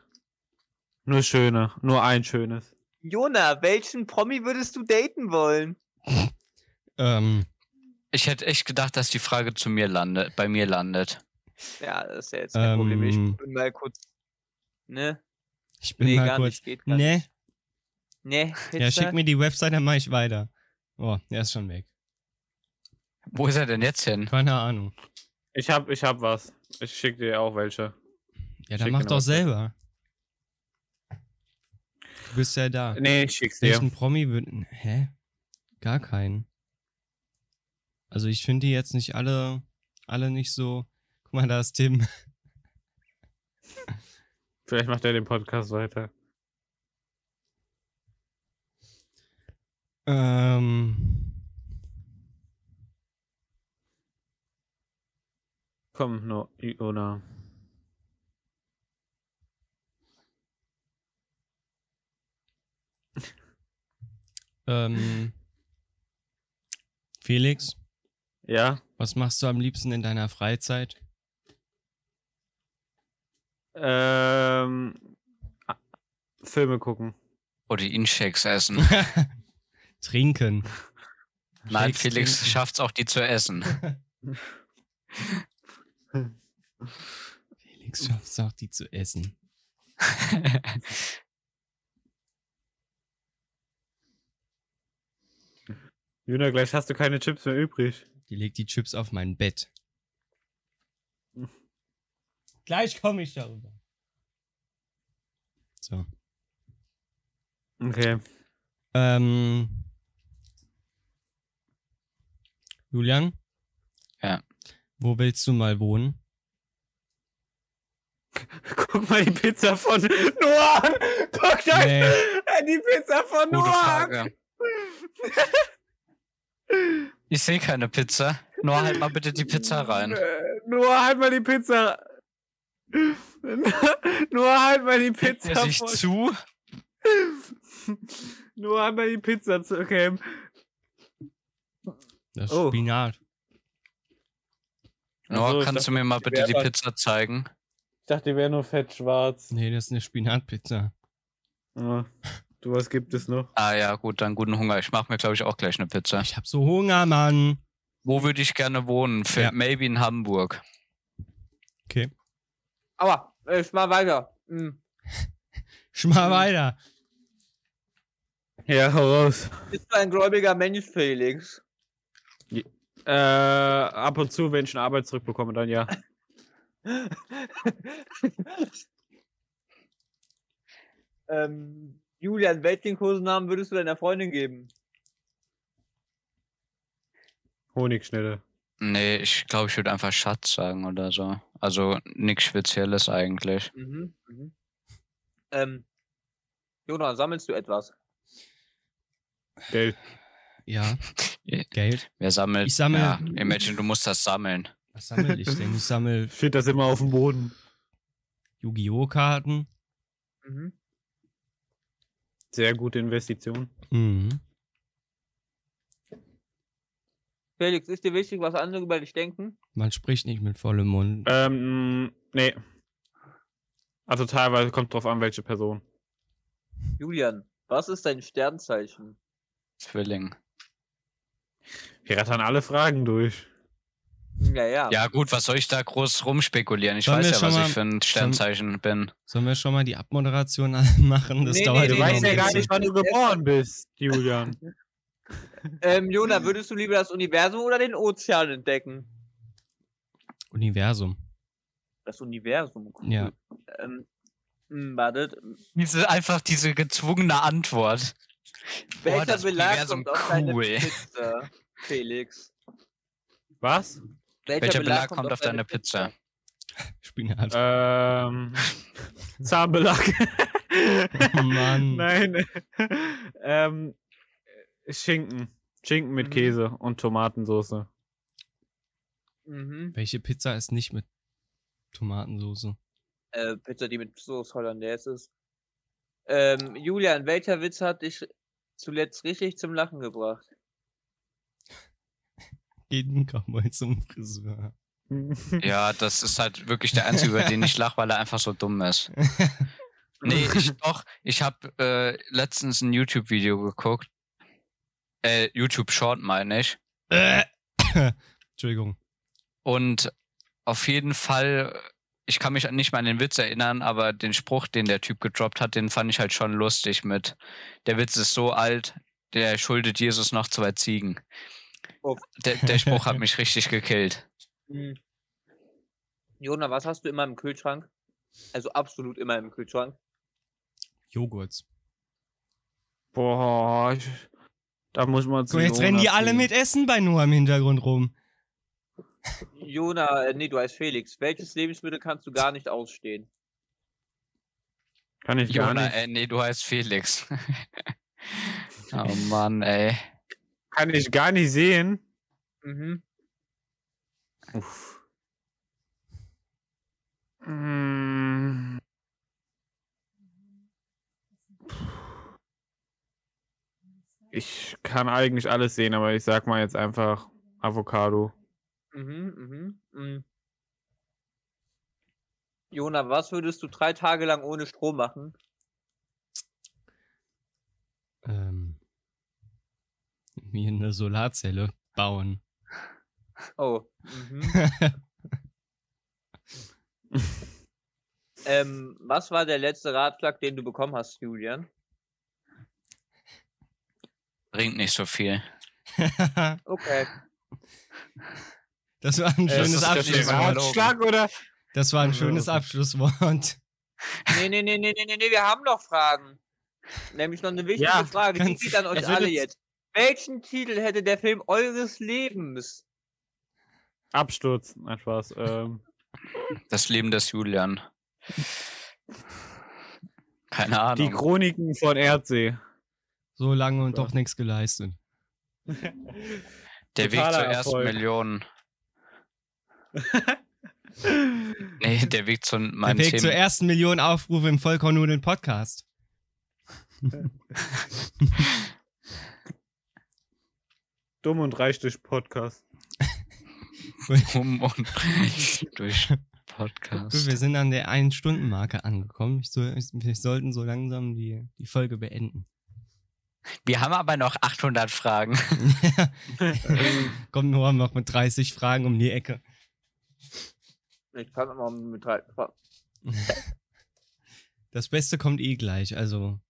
[SPEAKER 4] Nur schöne. Nur ein schönes.
[SPEAKER 1] Jona, welchen Promi würdest du daten wollen?
[SPEAKER 2] ähm,
[SPEAKER 3] Ich hätte echt gedacht, dass die Frage zu mir landet, bei mir landet.
[SPEAKER 1] Ja, das ist ja jetzt kein Problem.
[SPEAKER 2] Ähm.
[SPEAKER 1] Ich bin mal kurz. Ne?
[SPEAKER 2] ich bin
[SPEAKER 1] nee,
[SPEAKER 2] mal
[SPEAKER 1] gar
[SPEAKER 2] kurz.
[SPEAKER 1] nicht. Geht gar
[SPEAKER 2] Ne?
[SPEAKER 1] nicht. Ne,
[SPEAKER 2] Ja,
[SPEAKER 1] Pizza?
[SPEAKER 2] schick mir die Website, dann mache ich weiter. Oh, er ist schon weg.
[SPEAKER 3] Wo ist er denn jetzt hin?
[SPEAKER 2] Keine Ahnung.
[SPEAKER 4] Ich hab, ich hab was. Ich schick dir auch welche.
[SPEAKER 2] Ja, dann
[SPEAKER 4] Schick
[SPEAKER 2] mach
[SPEAKER 4] mir
[SPEAKER 2] doch
[SPEAKER 4] eine Website.
[SPEAKER 2] selber. Du bist ja da.
[SPEAKER 4] Nee, ich schick's dir.
[SPEAKER 2] Welchen Promi würden. Hä? Gar keinen. Also ich finde die jetzt nicht alle, alle nicht so. Guck mal, da ist Tim.
[SPEAKER 4] Vielleicht macht er den Podcast weiter.
[SPEAKER 2] Ähm,
[SPEAKER 4] Komm, nur Iona.
[SPEAKER 2] ähm, Felix,
[SPEAKER 4] Ja?
[SPEAKER 2] was machst du am liebsten in deiner Freizeit?
[SPEAKER 4] Ähm. ah, Filme gucken.
[SPEAKER 3] Proteinshakes essen.
[SPEAKER 2] Trinken.
[SPEAKER 3] Nein,
[SPEAKER 2] Shakes
[SPEAKER 3] Felix
[SPEAKER 2] trinken.
[SPEAKER 3] schafft's auch, die zu essen.
[SPEAKER 2] Felix schafft es auch, die zu essen.
[SPEAKER 4] Juna, gleich hast du keine Chips mehr übrig.
[SPEAKER 2] Die legt die Chips auf mein Bett. Gleich komme ich darüber. So.
[SPEAKER 4] Okay.
[SPEAKER 2] Ähm, Julian?
[SPEAKER 3] Ja.
[SPEAKER 2] Wo willst du mal wohnen?
[SPEAKER 4] Guck mal die Pizza von Noah an! Guck da Äh,
[SPEAKER 2] Nee.
[SPEAKER 4] die Pizza von
[SPEAKER 3] Gute
[SPEAKER 4] Noah an!
[SPEAKER 3] Frage. Ich sehe keine Pizza. Nur halt mal bitte die Pizza rein.
[SPEAKER 4] Äh, Noah, halt mal die Pizza. Noah, halt mal die
[SPEAKER 3] Hält
[SPEAKER 4] Pizza.
[SPEAKER 3] er sich
[SPEAKER 4] vor-
[SPEAKER 3] zu?
[SPEAKER 4] Noah, halt mal die Pizza zu. Okay.
[SPEAKER 2] Das
[SPEAKER 4] Oh.
[SPEAKER 2] Spinat.
[SPEAKER 3] Noah,
[SPEAKER 4] Ach so, ich
[SPEAKER 3] kannst
[SPEAKER 4] dachte,
[SPEAKER 3] du mir mal
[SPEAKER 4] die
[SPEAKER 3] bitte die
[SPEAKER 4] wäre-
[SPEAKER 3] Pizza zeigen?
[SPEAKER 4] Ich dachte, die wäre nur fett schwarz.
[SPEAKER 2] Nee, das ist eine Spinatpizza.
[SPEAKER 4] Ja. Du, was gibt es noch?
[SPEAKER 3] Ah ja, gut, dann guten Hunger. Ich mache mir, glaube ich, auch gleich eine Pizza.
[SPEAKER 2] Ich hab so Hunger, Mann.
[SPEAKER 3] Wo würde ich gerne wohnen? Für
[SPEAKER 2] Ja.
[SPEAKER 3] Maybe in Hamburg.
[SPEAKER 1] Aber, ich mal weiter. Hm.
[SPEAKER 2] Schmal Hm.
[SPEAKER 1] Mhm.
[SPEAKER 2] weiter.
[SPEAKER 4] Ja, hau raus.
[SPEAKER 1] Bist du ein gläubiger Mensch, Felix?
[SPEAKER 4] Äh, ab und zu, wenn ich eine Arbeit zurückbekomme, dann ja.
[SPEAKER 1] ähm, Julian, welchen Kosenamen würdest du deiner Freundin geben?
[SPEAKER 4] Honigschnitte.
[SPEAKER 3] Nee, ich glaube, ich würde einfach Schatz sagen oder so. Also nichts Spezielles eigentlich.
[SPEAKER 1] Mhm. mhm. Ähm, Jonah, sammelst du etwas?
[SPEAKER 4] Geld.
[SPEAKER 2] Ja.
[SPEAKER 3] Ja.
[SPEAKER 2] Geld.
[SPEAKER 3] Wer sammelt?
[SPEAKER 2] Ich sammel-
[SPEAKER 3] Ja, imagine, du musst das sammeln.
[SPEAKER 2] Was sammel ich denn? Ich sammel
[SPEAKER 4] Steht das immer auf dem Boden.
[SPEAKER 2] Yu-Gi-Oh! Karten.
[SPEAKER 1] Mhm.
[SPEAKER 4] Sehr gute Investition.
[SPEAKER 2] Mhm.
[SPEAKER 1] Felix, ist dir wichtig, was andere über dich denken?
[SPEAKER 2] Man spricht nicht mit vollem Mund.
[SPEAKER 4] Ähm, nee. Also teilweise kommt drauf an, welche Person.
[SPEAKER 1] Julian, was ist dein Sternzeichen?
[SPEAKER 3] Zwilling.
[SPEAKER 4] Wir rattern alle Fragen durch.
[SPEAKER 1] Naja.
[SPEAKER 3] Ja, gut, was soll ich da groß rumspekulieren? Ich
[SPEAKER 2] Sollen
[SPEAKER 3] weiß
[SPEAKER 2] wir
[SPEAKER 3] ja,
[SPEAKER 2] schon
[SPEAKER 3] was
[SPEAKER 2] mal-
[SPEAKER 3] ich für ein Sternzeichen bin.
[SPEAKER 2] Sollen wir schon mal die Abmoderation machen? Das
[SPEAKER 1] Nee,
[SPEAKER 2] dauert
[SPEAKER 1] nee,
[SPEAKER 4] Du
[SPEAKER 1] du
[SPEAKER 2] immer
[SPEAKER 1] weißt
[SPEAKER 4] weißt
[SPEAKER 2] ein
[SPEAKER 4] ja gar
[SPEAKER 2] bisschen.
[SPEAKER 4] nicht, wann du geboren bist, Julian.
[SPEAKER 1] Ähm, Jonah, würdest du lieber das Universum oder den Ozean entdecken?
[SPEAKER 2] Universum.
[SPEAKER 1] Das Universum. cool.
[SPEAKER 2] Ja.
[SPEAKER 1] Ähm, mh, wartet.
[SPEAKER 3] Diese, einfach diese gezwungene Antwort. Boah,
[SPEAKER 1] Welcher
[SPEAKER 3] das
[SPEAKER 1] Belag
[SPEAKER 3] Universum
[SPEAKER 1] kommt auf deine
[SPEAKER 3] cool.
[SPEAKER 1] Pizza, Felix?
[SPEAKER 4] Was?
[SPEAKER 3] Welcher Belag kommt auf deine Pizza?
[SPEAKER 4] Äh,
[SPEAKER 2] Spinat.
[SPEAKER 4] Ähm. Zahnbelag.
[SPEAKER 2] Oh
[SPEAKER 4] Oh,
[SPEAKER 2] Mann.
[SPEAKER 4] Nein. ähm, Schinken. Schinken mit
[SPEAKER 1] Mhm.
[SPEAKER 4] Käse und Tomatensoße.
[SPEAKER 1] Mhm.
[SPEAKER 2] Welche Pizza ist nicht mit Tomatensoße?
[SPEAKER 1] Äh, Pizza, die mit Soße Hollandaise ist. Ähm, Julian, welcher Witz hat dich zuletzt richtig zum Lachen gebracht?
[SPEAKER 2] Jeden Cowboy zum Friseur.
[SPEAKER 3] Ja, das ist halt wirklich der einzige, über den ich lache, weil er einfach so dumm ist. Nee, ich doch. Ich habe äh, letztens ein YouTube-Video geguckt. Äh, YouTube-Short meine ich.
[SPEAKER 2] Äh. Entschuldigung.
[SPEAKER 3] Und auf jeden Fall, ich kann mich nicht mal an den Witz erinnern, aber den Spruch, den der Typ gedroppt hat, den fand ich halt schon lustig mit. Der Witz ist so alt, der schuldet Jesus noch zwei Ziegen.
[SPEAKER 1] Oh.
[SPEAKER 3] Der, der Spruch hat mich richtig gekillt.
[SPEAKER 1] Mhm. Jonah, was hast du immer im Kühlschrank? Also absolut immer im Kühlschrank.
[SPEAKER 2] Joghurts.
[SPEAKER 4] Boah, ich, da muss man zu.
[SPEAKER 2] So, jetzt rennen die alle mit Essen bei Noah im Hintergrund rum.
[SPEAKER 1] Jonah, äh, nee, du heißt Felix. Welches Lebensmittel kannst du gar nicht ausstehen?
[SPEAKER 4] Kann ich gar
[SPEAKER 3] Jona,
[SPEAKER 4] nicht.
[SPEAKER 3] ey, äh, nee, du heißt Felix. oh Mann, ey.
[SPEAKER 4] Kann ich gar nicht sehen.
[SPEAKER 1] Mhm.
[SPEAKER 4] Uff. Mm. Ich kann eigentlich alles sehen, aber ich sag mal jetzt einfach Avocado.
[SPEAKER 1] Mhm, mhm. mhm. Jona, was würdest du drei Tage lang ohne Strom machen?
[SPEAKER 2] Ähm, mir eine Solarzelle bauen.
[SPEAKER 1] Oh. Mhm. ähm, was war der letzte Ratschlag, den du bekommen hast, Julian?
[SPEAKER 3] Bringt nicht so viel.
[SPEAKER 1] Okay.
[SPEAKER 2] das war ein
[SPEAKER 3] Äh, das
[SPEAKER 2] schönes
[SPEAKER 3] ist der Schluss.
[SPEAKER 2] Abschlusswort.
[SPEAKER 4] Ratschlag oder?
[SPEAKER 2] Das war ein schönes Abschlusswort.
[SPEAKER 1] Nee, nee, nee, nee, nee, nee, nee, wir haben noch Fragen. Nämlich noch eine wichtige
[SPEAKER 4] Ja,
[SPEAKER 1] Frage. Die
[SPEAKER 2] ganz-
[SPEAKER 1] geht an euch
[SPEAKER 4] es wird
[SPEAKER 1] alle jetzt.
[SPEAKER 4] jetzt-
[SPEAKER 1] Welchen Titel hätte der Film eures Lebens?
[SPEAKER 4] Absturz, nein, Spaß. Ähm,
[SPEAKER 3] Das Leben des Julian. Keine
[SPEAKER 4] die
[SPEAKER 3] Ahnung.
[SPEAKER 4] Chroniken von Erdsee.
[SPEAKER 2] So lange und doch nichts geleistet.
[SPEAKER 3] Der Weg
[SPEAKER 4] totaler
[SPEAKER 3] zur ersten
[SPEAKER 4] Erfolg.
[SPEAKER 3] Million. Nee, der Weg zu
[SPEAKER 2] Der
[SPEAKER 3] meinen
[SPEAKER 2] Weg zur
[SPEAKER 3] Themen.
[SPEAKER 2] ersten Million Aufrufe im Vollkornnudeln-Podcast.
[SPEAKER 4] Dumm und reich durch Podcast.
[SPEAKER 3] um und durch
[SPEAKER 2] Gut,
[SPEAKER 3] Podcast.
[SPEAKER 2] wir sind an der 1-Stunden-Marke angekommen. Ich soll, ich, wir sollten so langsam die, die Folge beenden.
[SPEAKER 3] Wir haben aber noch 800 Fragen.
[SPEAKER 2] Kommt Noah noch mit 30 Fragen um die Ecke.
[SPEAKER 1] Ich kann immer mit drei.
[SPEAKER 2] Das Beste kommt eh gleich, also.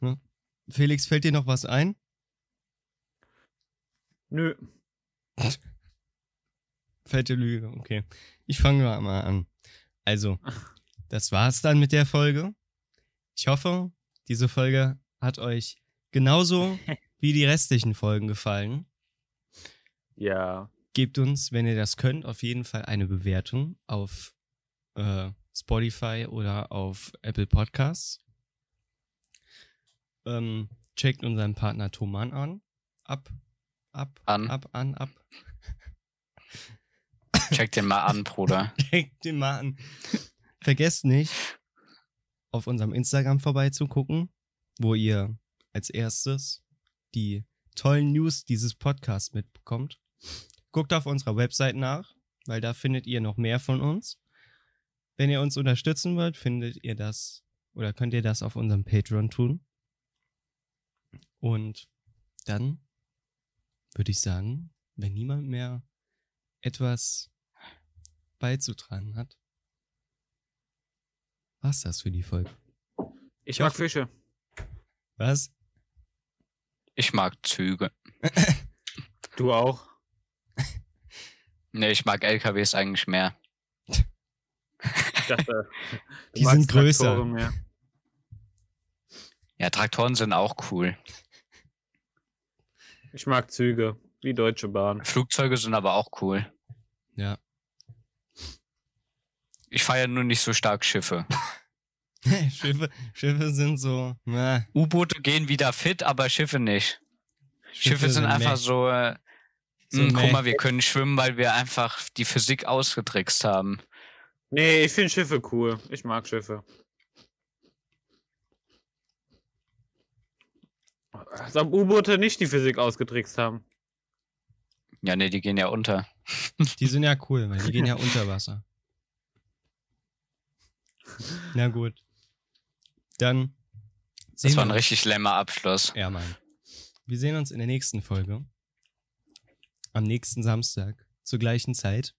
[SPEAKER 2] Ne? Felix, fällt dir noch was ein?
[SPEAKER 4] Nö.
[SPEAKER 2] Fette Lüge, okay. Ich fange mal an. Also, das war's dann mit der Folge. Ich hoffe, diese Folge hat euch genauso wie die restlichen Folgen gefallen.
[SPEAKER 4] Ja.
[SPEAKER 2] Gebt uns, wenn ihr das könnt, auf jeden Fall eine Bewertung auf äh, Spotify oder auf Apple Podcasts. Ähm, checkt unseren Partner Thoman an. Ab, ab,
[SPEAKER 3] An.
[SPEAKER 2] ab, an, ab.
[SPEAKER 3] Check den mal an, Bruder.
[SPEAKER 2] Checkt den mal an. Vergesst nicht, auf unserem Instagram vorbeizugucken, wo ihr als erstes die tollen News dieses Podcasts mitbekommt. Guckt auf unserer Website nach, weil da findet ihr noch mehr von uns. Wenn ihr uns unterstützen wollt, findet ihr das oder könnt ihr das auf unserem Patreon tun. Und dann würde ich sagen, wenn niemand mehr etwas beizutragen hat, war's das für die Folge.
[SPEAKER 4] Ich mag Fische.
[SPEAKER 2] Was?
[SPEAKER 3] Ich mag Züge.
[SPEAKER 4] Du auch.
[SPEAKER 3] Ne, ich mag LKWs eigentlich mehr.
[SPEAKER 4] Ich dachte, du
[SPEAKER 2] Die
[SPEAKER 4] magst
[SPEAKER 2] sind größer.
[SPEAKER 4] Traktoren Mehr.
[SPEAKER 3] Ja, Traktoren sind auch cool.
[SPEAKER 4] Ich mag Züge. Wie Deutsche Bahn.
[SPEAKER 3] Flugzeuge sind aber auch cool.
[SPEAKER 2] Ja.
[SPEAKER 3] Ich feiere nur nicht so stark Schiffe.
[SPEAKER 2] Schiffe, Schiffe sind so. Na,
[SPEAKER 3] U-Boote gehen wieder fit, aber Schiffe nicht. Schiffe, sind, einfach
[SPEAKER 2] meh.
[SPEAKER 3] so, äh,
[SPEAKER 2] So
[SPEAKER 3] mh,
[SPEAKER 2] meh.
[SPEAKER 3] guck mal, wir können schwimmen, weil wir einfach die Physik ausgetrickst haben.
[SPEAKER 4] Nee, ich finde Schiffe cool. Ich mag Schiffe. Als ob U-Boote nicht die Physik ausgetrickst haben.
[SPEAKER 3] Ja, ne, die gehen ja unter.
[SPEAKER 2] Die sind ja cool, weil die gehen ja unter Wasser. Na gut. Dann sehen
[SPEAKER 3] Das war ein
[SPEAKER 2] wir uns-
[SPEAKER 3] richtig lämmer Abschluss.
[SPEAKER 2] Ja, Mann. Wir sehen uns in der nächsten Folge. Am nächsten Samstag. Zur gleichen Zeit.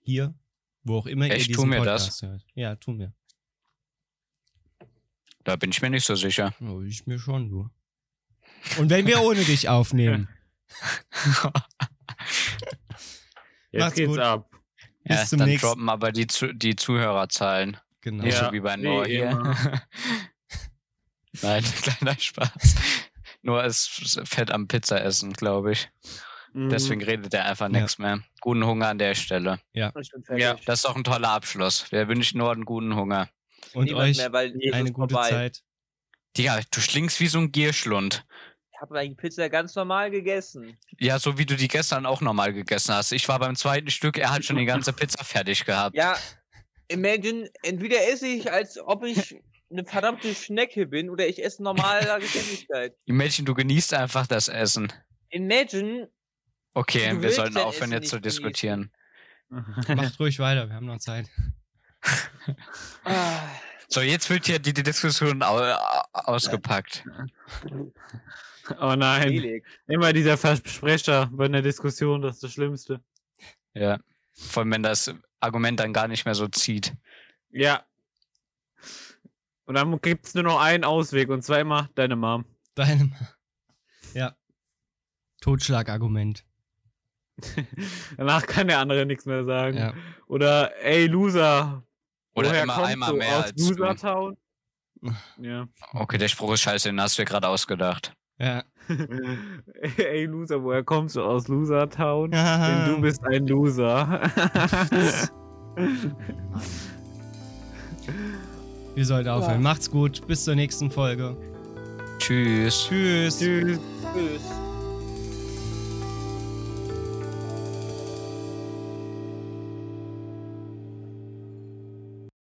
[SPEAKER 2] Hier, wo auch immer ihr
[SPEAKER 3] Echt,
[SPEAKER 2] diesen
[SPEAKER 3] tun wir das?
[SPEAKER 2] Podcast hört. Ja, tun wir.
[SPEAKER 3] Da bin ich mir nicht so sicher.
[SPEAKER 2] Oh, ich mir schon, du. Und wenn wir ohne dich aufnehmen.
[SPEAKER 4] Jetzt
[SPEAKER 2] Macht's
[SPEAKER 4] geht's
[SPEAKER 2] gut.
[SPEAKER 4] ab.
[SPEAKER 2] Bis
[SPEAKER 3] ja,
[SPEAKER 2] zum
[SPEAKER 3] dann
[SPEAKER 2] nächsten-
[SPEAKER 3] droppen aber die, Zu die Zuhörerzahlen.
[SPEAKER 2] Genau.
[SPEAKER 3] Nicht
[SPEAKER 4] Ja,
[SPEAKER 3] so wie bei
[SPEAKER 4] wie
[SPEAKER 3] Noah hier.
[SPEAKER 4] immer.
[SPEAKER 3] Nein, kleiner Spaß. Noah ist fett am Pizza essen, glaube ich.
[SPEAKER 4] Mhm.
[SPEAKER 3] Deswegen redet er einfach
[SPEAKER 2] Ja.
[SPEAKER 3] nichts mehr. Guten Hunger an der Stelle.
[SPEAKER 1] Ich bin fertig.
[SPEAKER 4] Ja.
[SPEAKER 3] Das ist doch ein toller Abschluss. Wir wünschen Noah einen guten Hunger.
[SPEAKER 2] Und
[SPEAKER 1] Niemand
[SPEAKER 2] euch
[SPEAKER 1] mehr, weil Jesus
[SPEAKER 2] eine gute
[SPEAKER 1] vorbei.
[SPEAKER 2] Zeit.
[SPEAKER 3] Digga, du schlingst wie so ein Gierschlund.
[SPEAKER 1] Ich habe meine Pizza ganz normal gegessen.
[SPEAKER 3] Ja, so wie du die gestern auch normal gegessen hast. Ich war beim zweiten Stück, er hat schon die ganze Pizza fertig gehabt.
[SPEAKER 1] Ja, imagine, entweder esse ich, als ob ich eine verdammte Schnecke bin, oder ich esse normaler Geschwindigkeit.
[SPEAKER 3] Die Mädchen, du genießt einfach das Essen.
[SPEAKER 1] Imagine,
[SPEAKER 3] Okay,
[SPEAKER 1] Du
[SPEAKER 3] wir
[SPEAKER 1] willst
[SPEAKER 3] sollten
[SPEAKER 1] dein
[SPEAKER 3] aufhören,
[SPEAKER 1] Essen
[SPEAKER 3] jetzt zu
[SPEAKER 1] nicht genießen.
[SPEAKER 3] diskutieren.
[SPEAKER 2] Macht ruhig weiter, wir haben noch Zeit.
[SPEAKER 1] ah,
[SPEAKER 3] So, jetzt wird hier die, die Diskussion au au- ausgepackt.
[SPEAKER 4] oh nein.
[SPEAKER 1] Felix.
[SPEAKER 4] Immer dieser Versprecher bei einer Diskussion, das ist das Schlimmste.
[SPEAKER 3] Ja. Vor allem, wenn das Argument dann gar nicht mehr so zieht.
[SPEAKER 4] Ja. Und dann gibt's nur noch einen Ausweg und zwar immer deine Mom.
[SPEAKER 2] Deine Ma- Ja. Totschlagargument.
[SPEAKER 4] Danach kann der andere nichts mehr sagen.
[SPEAKER 2] Ja.
[SPEAKER 4] Oder ey Loser.
[SPEAKER 3] Oder
[SPEAKER 4] woher
[SPEAKER 3] immer
[SPEAKER 4] kommst
[SPEAKER 3] einmal
[SPEAKER 4] du?
[SPEAKER 3] mehr
[SPEAKER 4] aus
[SPEAKER 3] als du.
[SPEAKER 4] Losertown. Ja.
[SPEAKER 3] Okay, der Spruch ist scheiße, den hast du dir gerade ausgedacht.
[SPEAKER 2] Ja.
[SPEAKER 4] ey Loser, woher kommst du aus Losertown? Denn du bist ein Loser.
[SPEAKER 2] Wir sollten aufhören. Macht's gut. Bis zur nächsten Folge.
[SPEAKER 3] Tschüss.
[SPEAKER 2] Tschüss.
[SPEAKER 4] Tschüss.
[SPEAKER 1] Tschüss.